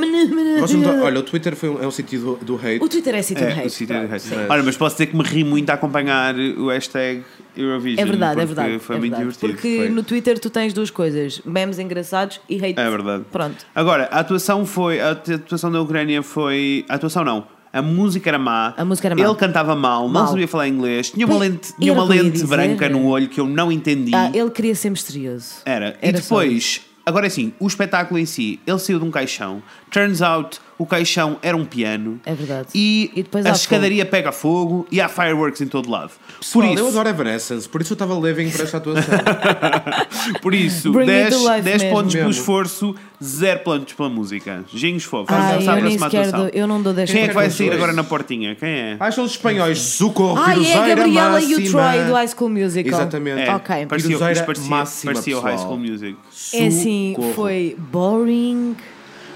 Speaker 3: Vocês não estão- Olha, o Twitter foi um- é um sentido do hate.
Speaker 1: O Twitter é sítio
Speaker 2: É,
Speaker 1: de
Speaker 2: o
Speaker 1: hate.
Speaker 2: sítio de hate.
Speaker 3: Sim.
Speaker 2: Olha, mas posso dizer que me ri muito a acompanhar o hashtag Eurovision.
Speaker 1: É verdade, é
Speaker 2: porque
Speaker 1: verdade.
Speaker 2: Foi
Speaker 1: é
Speaker 2: muito
Speaker 1: verdade.
Speaker 2: divertido.
Speaker 1: Porque
Speaker 3: foi.
Speaker 1: no Twitter tu tens duas coisas: memes engraçados e hate.
Speaker 2: É verdade.
Speaker 1: Pronto.
Speaker 2: Agora, a atuação foi. A atuação da Ucrânia foi. A atuação não. A música era má.
Speaker 1: A música era má.
Speaker 2: Ele cantava mal, não
Speaker 1: Mal.
Speaker 2: sabia falar inglês, tinha uma
Speaker 1: Pois,
Speaker 2: lente, tinha
Speaker 1: era
Speaker 2: uma
Speaker 1: o que eu ia
Speaker 2: lente
Speaker 1: dizer.
Speaker 2: branca no olho que eu não entendi.
Speaker 1: Ah, ele queria ser misterioso.
Speaker 2: Era. e
Speaker 1: Era só
Speaker 2: depois, agora sim, o espetáculo em si, ele saiu de um caixão. Turns out, o caixão era um piano.
Speaker 1: É verdade.
Speaker 2: E,
Speaker 1: E depois
Speaker 2: a
Speaker 1: há
Speaker 2: escadaria pega fogo e há fireworks em todo lado. por
Speaker 3: Pessoal, Eu
Speaker 2: isso,
Speaker 3: adoro Evanescence, por isso eu estava living para esta atuação.
Speaker 2: por
Speaker 1: [laughs]
Speaker 2: isso
Speaker 1: Bring it
Speaker 2: 10,
Speaker 1: to life
Speaker 2: 10
Speaker 1: mesmo.
Speaker 2: pontos pelo
Speaker 3: Mesmo.
Speaker 2: esforço, 0 pontos pela música. Ginhos fofos.
Speaker 1: Ah,
Speaker 2: Vamos
Speaker 1: eu
Speaker 2: passar
Speaker 1: nem
Speaker 2: para a próxima
Speaker 1: sequer
Speaker 2: atuação.
Speaker 1: dou- eu não dou 10
Speaker 2: Quem é que vai
Speaker 1: pontos.
Speaker 2: sair agora na portinha? Quem é?
Speaker 3: [laughs] Acham os espanhóis Zuko,
Speaker 1: Ah, é a
Speaker 3: piruzeira
Speaker 1: Gabriela e o
Speaker 3: máxima.
Speaker 1: Troy do High School Musical.
Speaker 3: Exatamente.
Speaker 2: É,
Speaker 1: Ok.
Speaker 2: Parecia,
Speaker 3: Piruzeira
Speaker 2: isto parecia,
Speaker 3: máxima,
Speaker 2: parecia o High
Speaker 3: pessoal.
Speaker 2: School Music.
Speaker 1: É assim,
Speaker 3: Socorro.
Speaker 1: foi boring.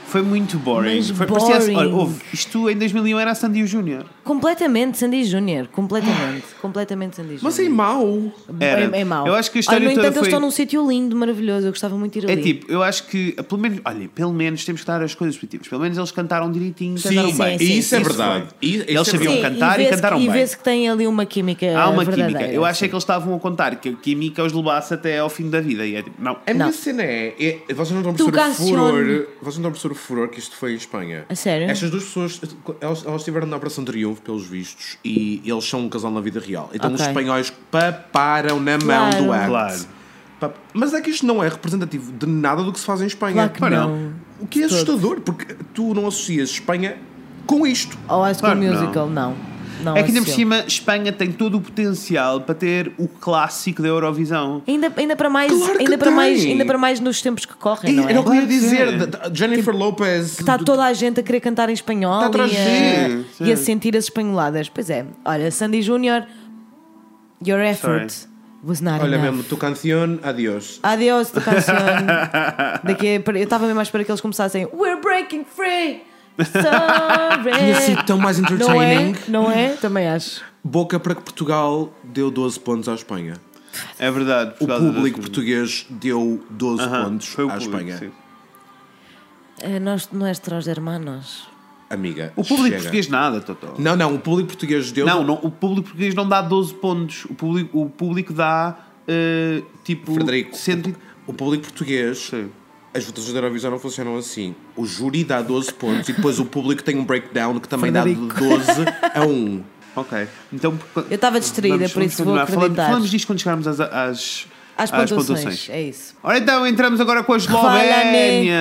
Speaker 2: Foi muito boring.
Speaker 1: Mas
Speaker 2: Foi, parecia- assim,
Speaker 1: boring.
Speaker 2: olha, houve- isto em 2001 era a Sandy e o Júnior.
Speaker 1: Completamente Sandy Júnior,
Speaker 2: [gasps]
Speaker 1: completamente, completamente Sandy Júnior.
Speaker 3: Mas é mau.
Speaker 2: Era.
Speaker 1: É, é mau.
Speaker 2: Eu acho que a história
Speaker 1: Olha, no
Speaker 2: toda
Speaker 1: entanto, eles
Speaker 2: foi-
Speaker 1: estão num sítio lindo, maravilhoso. Eu gostava muito de ir
Speaker 2: É
Speaker 1: ali.
Speaker 2: tipo, eu acho que, pelo menos, olha, pelo menos temos que dar as coisas positivas. Pelo menos eles cantaram direitinho, cantaram
Speaker 1: sim,
Speaker 2: bem.
Speaker 1: sim,
Speaker 3: isso é
Speaker 1: sim,
Speaker 3: verdade. Isso- isso
Speaker 2: Eles
Speaker 3: é
Speaker 2: sabiam
Speaker 1: Sim,
Speaker 3: verdade.
Speaker 2: cantar e
Speaker 1: vê-se-
Speaker 2: cantaram bem.
Speaker 1: E vê-se que tem ali uma química
Speaker 2: Há uma
Speaker 1: verdadeira.
Speaker 2: química. Eu acho é que eles estavam a contar que a química os levasse até ao fim da vida. E é tipo, não.
Speaker 3: A minha
Speaker 1: Não.
Speaker 3: cena é, é- Vocês não estão a
Speaker 1: Tu
Speaker 3: perceber o
Speaker 1: cancione.
Speaker 3: furor. Vocês não estão a perceber o furor que isto foi em Espanha.
Speaker 1: A sério?
Speaker 3: Estas duas pessoas, elas, elas estiveram na Operação Triunfo, pelos vistos, e eles são um casal na vida real. Então os
Speaker 1: Ok.
Speaker 3: espanhóis paparam na mão
Speaker 1: Claro.
Speaker 3: do act.
Speaker 2: Claro.
Speaker 3: Pa- Mas é que isto não é representativo de nada do que se faz em Espanha.
Speaker 1: Claro que
Speaker 3: Pá,
Speaker 1: não.
Speaker 3: O que é assustador, porque tu não associas Espanha com isto.
Speaker 1: Ou High School
Speaker 2: Claro que não.
Speaker 1: Musical, não. Não
Speaker 2: é que ainda por
Speaker 1: associo.
Speaker 2: cima, Espanha tem todo o potencial para ter o clássico da Eurovisão.
Speaker 1: Ainda, ainda para mais,
Speaker 3: Claro que
Speaker 1: ainda para mais,
Speaker 3: tem.
Speaker 1: ainda para mais nos tempos que Tipo, tá- correm,
Speaker 3: E
Speaker 1: não é?
Speaker 3: era o que eu ia
Speaker 2: Claro que é.
Speaker 3: dizer. da- da- Jennifer Lopez.
Speaker 1: Está toda a gente a querer cantar em espanhol
Speaker 3: Está atrás
Speaker 1: e, a,
Speaker 2: de si,
Speaker 1: e a
Speaker 2: sim.
Speaker 1: sentir as espanholadas. Pois é, olha, Sandy Júnior, your effort was not
Speaker 3: Olha
Speaker 1: enough.
Speaker 3: mesmo, tu canción, adiós.
Speaker 1: Adiós, tu canção. Daqui a- eu estava mesmo à espera que eles começassem We're breaking free! Sorry!
Speaker 3: Tinha sido tão mais
Speaker 1: É, não é?
Speaker 3: entertaining.
Speaker 1: Não é? Também acho.
Speaker 3: Boca para que Portugal deu 12 pontos à Espanha.
Speaker 2: É verdade. por
Speaker 3: O
Speaker 2: causa das
Speaker 3: público
Speaker 2: coisas.
Speaker 3: português deu 12
Speaker 2: Aham,
Speaker 3: pontos
Speaker 2: foi o
Speaker 3: à
Speaker 2: público,
Speaker 3: Espanha.
Speaker 2: sim.
Speaker 1: Eh, nós, nuestros hermanos.
Speaker 3: Amiga.
Speaker 2: O público
Speaker 3: chega.
Speaker 2: português nada, Totó.
Speaker 3: Não, não, o público português deu.
Speaker 2: Não, não, o público português não dá 12 pontos. O público, o público dá eh, tipo.
Speaker 3: Frederico.
Speaker 2: cento e-
Speaker 3: O público português.
Speaker 2: Sim.
Speaker 3: As votações da Eurovisão não funcionam assim. O júri dá 12 pontos e depois o público tem um breakdown que também dá de 12 a 1.
Speaker 2: Ok. Então, por-
Speaker 1: Eu estava distraída,
Speaker 2: vamos-
Speaker 1: por
Speaker 2: vamos
Speaker 1: isso vou
Speaker 2: continuar. Falamos-
Speaker 1: acreditar.
Speaker 2: Falamos disto quando chegarmos às, às,
Speaker 1: Às pontuações. É isso.
Speaker 2: Ora então, entramos agora com a
Speaker 1: Fala, né?
Speaker 2: Eslovénia.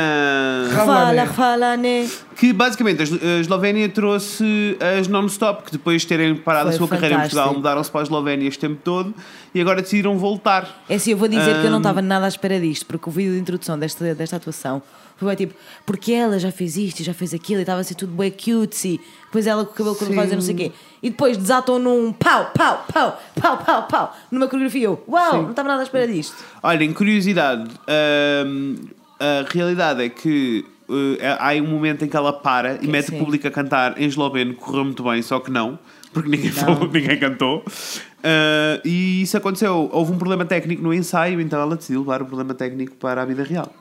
Speaker 1: Fala, fala, né?
Speaker 2: Que basicamente a Eslo- a Eslovénia trouxe as non-stop, que depois de terem parado a
Speaker 1: Foi
Speaker 2: sua carreira em
Speaker 1: fantástico.
Speaker 2: Portugal, mudaram-se para a Eslovénia este tempo todo e agora decidiram voltar.
Speaker 1: É assim, eu vou dizer que eu não estava nada à espera disto, porque o vídeo de introdução desta, desta atuação foi bem tipo, porque ela já fez isto e já fez aquilo e estava a ser tudo bem cutesy, depois ela com o cabelo quando fazia não sei o quê, e depois desatam num pau, pau, pau, pau, pau, pau, numa coreografia. Eu, uau, não estava nada à espera disto.
Speaker 2: Olha, em curiosidade, hum, a realidade é que uh, há um momento em que ela para e mete
Speaker 1: sim.
Speaker 2: o público a cantar em esloveno, correu muito bem, só que não, porque ninguém falou, ninguém cantou. Uh, e isso aconteceu. Houve um problema técnico no ensaio, então ela decidiu levar o problema técnico para a vida real.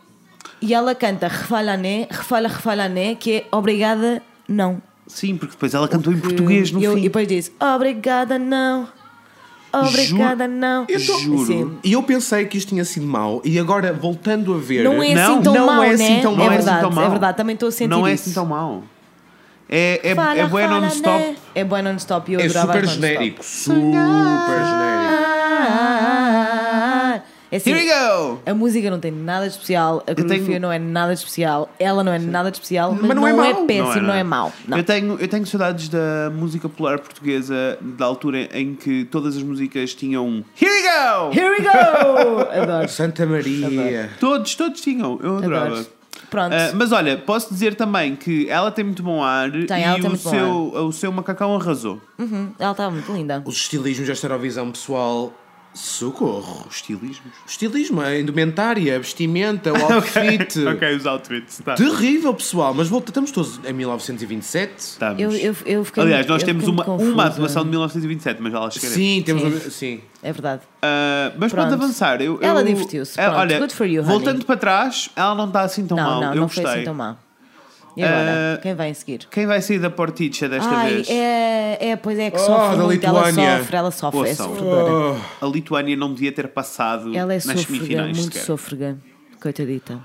Speaker 1: E ela canta refalané, refala, refalané, que é obrigada, não.
Speaker 2: Sim, porque depois ela cantou em português no
Speaker 1: e eu-
Speaker 2: fim.
Speaker 1: E depois diz, obrigada, não. Obrigada, não.
Speaker 2: [laughs]
Speaker 1: Assim,
Speaker 2: Eu tô- Juro.
Speaker 1: Sim.
Speaker 3: E eu pensei que isto tinha sido mau e agora voltando a ver.
Speaker 1: Não é
Speaker 2: Não,
Speaker 1: assim tão
Speaker 3: não
Speaker 1: mau,
Speaker 3: é assim
Speaker 1: né?
Speaker 3: tão
Speaker 1: é
Speaker 3: mau, não é assim
Speaker 1: verdade,
Speaker 2: tão mau.
Speaker 1: é verdade. Também estou a sentir
Speaker 2: não é
Speaker 1: isso.
Speaker 2: assim tão mau. É, é,
Speaker 1: Fala,
Speaker 2: é bué
Speaker 1: fala,
Speaker 2: non-stop.
Speaker 1: né? É bué non-stop e eu
Speaker 3: É
Speaker 1: adorava
Speaker 3: super
Speaker 1: as non-stop.
Speaker 3: genérico. Super genérico.
Speaker 1: Ah, é assim,
Speaker 2: Here we go!
Speaker 1: A música não tem nada de especial, a coreografia
Speaker 2: tenho-
Speaker 1: não é nada de especial, ela não é nada de especial, mas,
Speaker 3: não
Speaker 1: não,
Speaker 3: é
Speaker 1: é,
Speaker 3: mau.
Speaker 1: péssimo, não é, mau. Não.
Speaker 2: Eu, tenho, eu tenho saudades da música popular portuguesa da altura em que todas as músicas tinham um Here we go!
Speaker 1: Here we
Speaker 2: [laughs]
Speaker 1: go! Adoro.
Speaker 3: Santa Maria.
Speaker 2: Todos, todos tinham, eu adorava.
Speaker 1: Adoro. Pronto.
Speaker 2: Ah, mas olha, posso dizer também que ela tem muito bom ar
Speaker 1: Tem,
Speaker 2: e
Speaker 1: ela tem
Speaker 2: o,
Speaker 1: muito bom
Speaker 2: seu, o seu macacão arrasou.
Speaker 1: Uhum, Ela estava muito linda.
Speaker 3: Os estilismos desta Eurovisão, pessoal, socorro.
Speaker 2: Estilismos.
Speaker 3: Estilismo, a indumentária, a vestimenta, [laughs] o outfit.
Speaker 2: ok, os outfits. Tá.
Speaker 3: Terrível, pessoal, mas volta, estamos todos em 1927.
Speaker 2: Estamos.
Speaker 1: Eu, eu, eu fiquei
Speaker 2: Aliás,
Speaker 1: muito-
Speaker 2: nós
Speaker 1: eu
Speaker 2: temos
Speaker 1: fiquei
Speaker 2: uma,
Speaker 1: muito
Speaker 2: uma
Speaker 1: confusa.
Speaker 2: atuação de 1927, mas já lá chegaremos.
Speaker 3: Sim, temos um- sim.
Speaker 1: É verdade.
Speaker 2: Ah, mas pronto,
Speaker 1: Pronto.
Speaker 2: avançar. Eu,
Speaker 1: Ela
Speaker 2: eu-
Speaker 1: divertiu-se,
Speaker 2: É,
Speaker 1: pronto.
Speaker 2: olha,
Speaker 1: Good for you, honey.
Speaker 2: voltando para trás, ela não está assim tão
Speaker 1: não,
Speaker 2: mal.
Speaker 1: não,
Speaker 2: eu
Speaker 1: não
Speaker 2: gostei.
Speaker 1: foi assim tão mal. E agora?
Speaker 2: Ah,
Speaker 1: Quem vai em seguir?
Speaker 2: Quem vai sair da porticha desta
Speaker 1: Ai,
Speaker 2: vez?
Speaker 1: é, é, pois é que
Speaker 3: Oh,
Speaker 1: sofre
Speaker 3: da
Speaker 1: muito, ela
Speaker 3: Lituânia.
Speaker 1: sofre, ela sofre, é
Speaker 2: Poção.
Speaker 1: sofredora.
Speaker 3: Oh,
Speaker 2: A Lituânia não devia ter passado
Speaker 1: Ela é
Speaker 2: nas
Speaker 1: sôfrega,
Speaker 2: semifinais
Speaker 1: muito
Speaker 2: sequer.
Speaker 1: sôfrega, coitadita.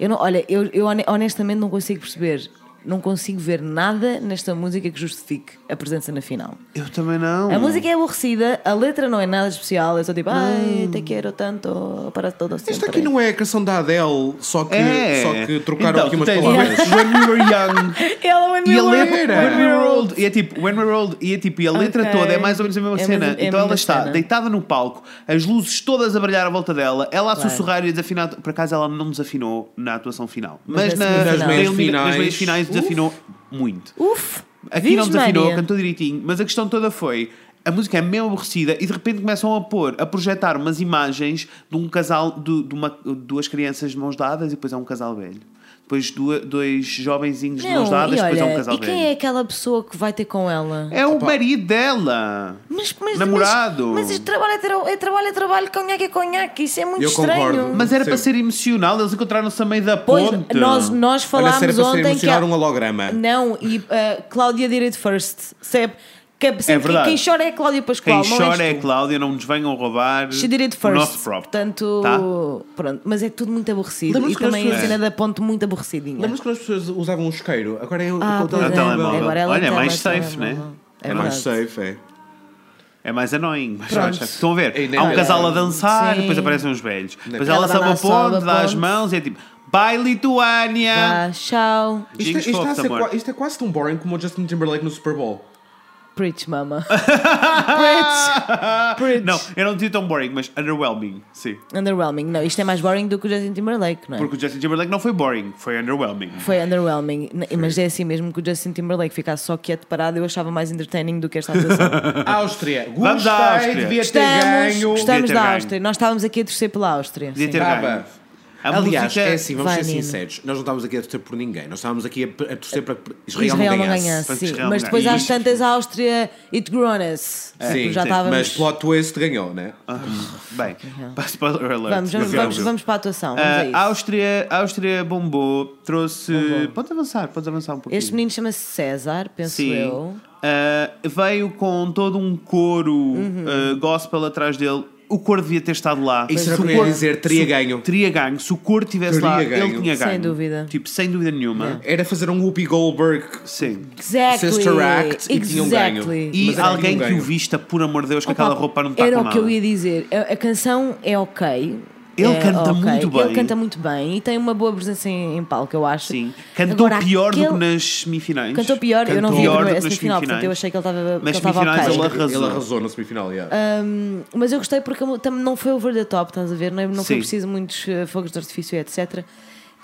Speaker 1: Eu não, olha, eu, eu hone- honestamente não consigo perceber, não consigo ver nada nesta música que justifique a presença na final.
Speaker 2: Eu também não.
Speaker 1: A música é aborrecida, a letra não é nada especial, é só tipo,
Speaker 2: Hum.
Speaker 1: ai, te quero tanto para todo sempre.
Speaker 3: Esta aqui não é a canção da Adele, só que,
Speaker 2: É.
Speaker 3: só que trocaram
Speaker 2: Então,
Speaker 3: aqui
Speaker 2: tu
Speaker 3: umas
Speaker 2: tens
Speaker 3: palavras.
Speaker 2: [laughs] When we were young.
Speaker 1: Ela é
Speaker 2: E a
Speaker 1: uma
Speaker 2: letra,
Speaker 3: Era.
Speaker 2: when we were old, e é tipo, when we were old, e é tipo, e a letra
Speaker 1: Ok.
Speaker 2: toda é mais ou menos a mesma
Speaker 1: É
Speaker 2: cena.
Speaker 1: mais- é a
Speaker 2: então ela
Speaker 1: mesma
Speaker 2: está
Speaker 1: cena.
Speaker 2: deitada no palco, as luzes todas a brilhar à volta dela, ela a
Speaker 1: Claro.
Speaker 2: sussurrar e a desafinar. Por acaso ela não desafinou na atuação final,
Speaker 1: Mas
Speaker 2: mas,
Speaker 1: na
Speaker 2: na,
Speaker 1: semifinal. Nas
Speaker 3: meias
Speaker 2: elimina- nas
Speaker 3: finais.
Speaker 2: meias finais desafinou muito.
Speaker 1: Uf!
Speaker 2: Aqui não
Speaker 1: Virgem
Speaker 2: desafinou,
Speaker 1: Maria.
Speaker 2: cantou direitinho, mas a questão toda foi. A música é meio aborrecida e de repente começam a pôr, a projetar umas imagens de um casal, de, de uma- duas crianças de mãos dadas e depois é um casal velho. Depois dua- dois jovenzinhos de
Speaker 1: Não,
Speaker 2: mãos dadas,
Speaker 1: e,
Speaker 2: depois é um
Speaker 1: olha,
Speaker 2: casal
Speaker 1: e quem é
Speaker 2: velho.
Speaker 1: aquela pessoa que vai ter com ela?
Speaker 2: É o marido dela.
Speaker 1: Mas, mas,
Speaker 2: Namorado.
Speaker 1: Mas, mas isto trabalho é, tra- é trabalho, é trabalho, conhaque é conhaque, isso é muito
Speaker 3: Eu
Speaker 1: estranho.
Speaker 3: concordo.
Speaker 2: Mas era
Speaker 3: Sim.
Speaker 2: para ser emocional, eles encontraram-se a meio da
Speaker 1: Pois,
Speaker 2: ponte.
Speaker 1: nós, nós
Speaker 3: Olha,
Speaker 1: falámos
Speaker 3: se era para ser
Speaker 1: ontem que.
Speaker 3: emocionar
Speaker 1: há-
Speaker 3: um holograma.
Speaker 1: Não, e ah, Cláudia did it first. Sempre, que, sempre
Speaker 2: É verdade.
Speaker 1: quem chora é a Cláudia Pascoal.
Speaker 2: Quem
Speaker 1: não
Speaker 2: chora é
Speaker 1: és
Speaker 2: a
Speaker 1: tu.
Speaker 2: Cláudia, não nos venham roubar
Speaker 1: She did it
Speaker 2: o
Speaker 1: first.
Speaker 2: nosso próprio.
Speaker 1: Portanto,
Speaker 2: Tá?
Speaker 1: pronto. Mas é tudo muito aborrecido.
Speaker 3: Lembra-se
Speaker 1: E
Speaker 3: quando as
Speaker 1: também a
Speaker 3: pessoas-
Speaker 1: cena da ponte muito aborrecidinha.
Speaker 3: Lembras quando as pessoas usavam um isqueiro? Agora é o
Speaker 1: Ah,
Speaker 3: com o
Speaker 1: pois é.
Speaker 2: o telemóvel.
Speaker 1: Agora ela
Speaker 2: Olha, é
Speaker 1: tem
Speaker 2: mais
Speaker 1: mais
Speaker 2: safe,
Speaker 1: telemóvel.
Speaker 2: né?
Speaker 1: É
Speaker 3: É mais
Speaker 1: verdade.
Speaker 3: safe, é.
Speaker 2: É mais annoying. Mas
Speaker 1: Pronto.
Speaker 2: acho que Estão a ver?
Speaker 3: E nem
Speaker 2: Há um
Speaker 3: olha.
Speaker 2: casal a dançar,
Speaker 1: Sim.
Speaker 2: depois aparecem uns velhos. Depois
Speaker 1: Ela
Speaker 2: ela
Speaker 1: vai
Speaker 2: sobe
Speaker 1: lá,
Speaker 2: a
Speaker 1: sobe a
Speaker 2: ponte, dá as
Speaker 1: ponte.
Speaker 2: mãos e é tipo: Bye, Lituânia!
Speaker 1: Ah, tchau.
Speaker 3: Isto, é-
Speaker 2: Jinx
Speaker 3: isto está a
Speaker 2: fofos,
Speaker 3: ser
Speaker 2: amor.
Speaker 3: qua- isto é quase tão boring como o Justin Timberlake no Super Bowl.
Speaker 1: Preach,
Speaker 2: [laughs]
Speaker 1: mama. Preach. Preach.
Speaker 2: Não, eu não tinha tão boring, mas underwhelming, sim.
Speaker 1: Underwhelming. Não, isto é mais boring do que o Justin Timberlake, não é?
Speaker 2: Porque o Justin Timberlake não foi boring, foi underwhelming.
Speaker 1: Foi underwhelming. N- Mas é assim mesmo que o Justin Timberlake ficasse só quieto parado, eu achava mais entertaining do que esta atuação.
Speaker 3: Áustria.
Speaker 2: Vamos à
Speaker 3: Gostei,
Speaker 2: Áustria.
Speaker 3: devia ter
Speaker 1: Estamos,
Speaker 3: ganho.
Speaker 2: devia
Speaker 1: estamos da
Speaker 2: ter ganho.
Speaker 1: Áustria. Nós estávamos aqui a torcer pela Áustria.
Speaker 2: Devia
Speaker 1: sim.
Speaker 2: ter
Speaker 3: Dava.
Speaker 2: ganho. A
Speaker 3: Aliás,
Speaker 2: música-
Speaker 3: é assim, vamos
Speaker 1: Vai,
Speaker 3: ser
Speaker 1: Nino.
Speaker 3: sinceros. Nós não estávamos aqui a torcer por ninguém. Nós estávamos aqui a, a torcer para que Israel,
Speaker 1: Israel
Speaker 3: não
Speaker 1: não
Speaker 3: ganhasse.
Speaker 1: ganhasse,
Speaker 2: Portanto,
Speaker 1: sim.
Speaker 2: Israel
Speaker 1: Mas
Speaker 2: não
Speaker 1: depois
Speaker 2: ganha.
Speaker 1: às tantas a Áustria it grown-us.
Speaker 3: Sim,
Speaker 1: Tipo, já
Speaker 3: sim.
Speaker 1: estávamos.
Speaker 3: mas plot twist ganhou, né?
Speaker 2: Ah, Bem, passo para o alert.
Speaker 1: Uhum. Vamos, vamos,
Speaker 2: Porque-
Speaker 1: vamos, vamos para a atuação. Vamos a
Speaker 2: Ah,
Speaker 1: isso.
Speaker 2: a Áustria, a Áustria bombou, trouxe. Podes avançar, podes avançar um pouquinho.
Speaker 1: Este menino chama-se César, penso eu.
Speaker 2: Ah, veio com todo um coro
Speaker 1: Uhum.
Speaker 2: ah, gospel atrás dele. O coro devia ter estado lá.
Speaker 3: Isso era
Speaker 2: Se
Speaker 3: o
Speaker 2: o
Speaker 3: que eu ia
Speaker 2: coro-
Speaker 3: dizer, teria
Speaker 2: se-
Speaker 3: ganho.
Speaker 2: Teria ganho. Se o coro estivesse
Speaker 3: Teria
Speaker 2: lá,
Speaker 3: ganho.
Speaker 2: ele tinha
Speaker 1: Sem
Speaker 2: ganho.
Speaker 1: dúvida.
Speaker 2: Tipo, sem dúvida nenhuma.
Speaker 3: Era fazer um Whoopi Goldberg.
Speaker 2: Sim.
Speaker 1: Exactly.
Speaker 3: Sister Act e tinha um ganho.
Speaker 1: Exactly.
Speaker 2: E
Speaker 3: Mas era
Speaker 2: alguém
Speaker 3: um
Speaker 2: que
Speaker 3: ganho.
Speaker 2: o vista, por amor de Deus, com
Speaker 1: Opa,
Speaker 2: aquela roupa não está
Speaker 1: Era
Speaker 2: com
Speaker 1: o que eu
Speaker 2: nada.
Speaker 1: ia dizer. A, a canção é ok.
Speaker 2: Ele
Speaker 1: É
Speaker 2: canta
Speaker 1: ok.
Speaker 2: muito bem.
Speaker 1: Ele canta muito bem e tem uma boa presença em, em palco, eu acho.
Speaker 2: Sim. Cantou
Speaker 1: Agora,
Speaker 2: pior do
Speaker 1: aquele-
Speaker 2: que nas semifinais.
Speaker 1: Cantou pior, eu não vi
Speaker 2: Cantou
Speaker 1: a
Speaker 2: pior do
Speaker 1: primeira
Speaker 2: que
Speaker 1: essa
Speaker 2: nas
Speaker 1: final, portanto eu
Speaker 2: semifinais.
Speaker 1: achei que ele estava que
Speaker 2: Mas
Speaker 1: ele estava
Speaker 2: semifinais
Speaker 1: ok.
Speaker 2: ele
Speaker 3: Ele
Speaker 2: arrasou.
Speaker 3: arrasou na semifinal, yeah.
Speaker 1: Hum, mas eu gostei porque tam- não foi over the top, estás a ver? Não, não foi
Speaker 2: Sim.
Speaker 1: preciso muitos eh, fogos de artifício, etc.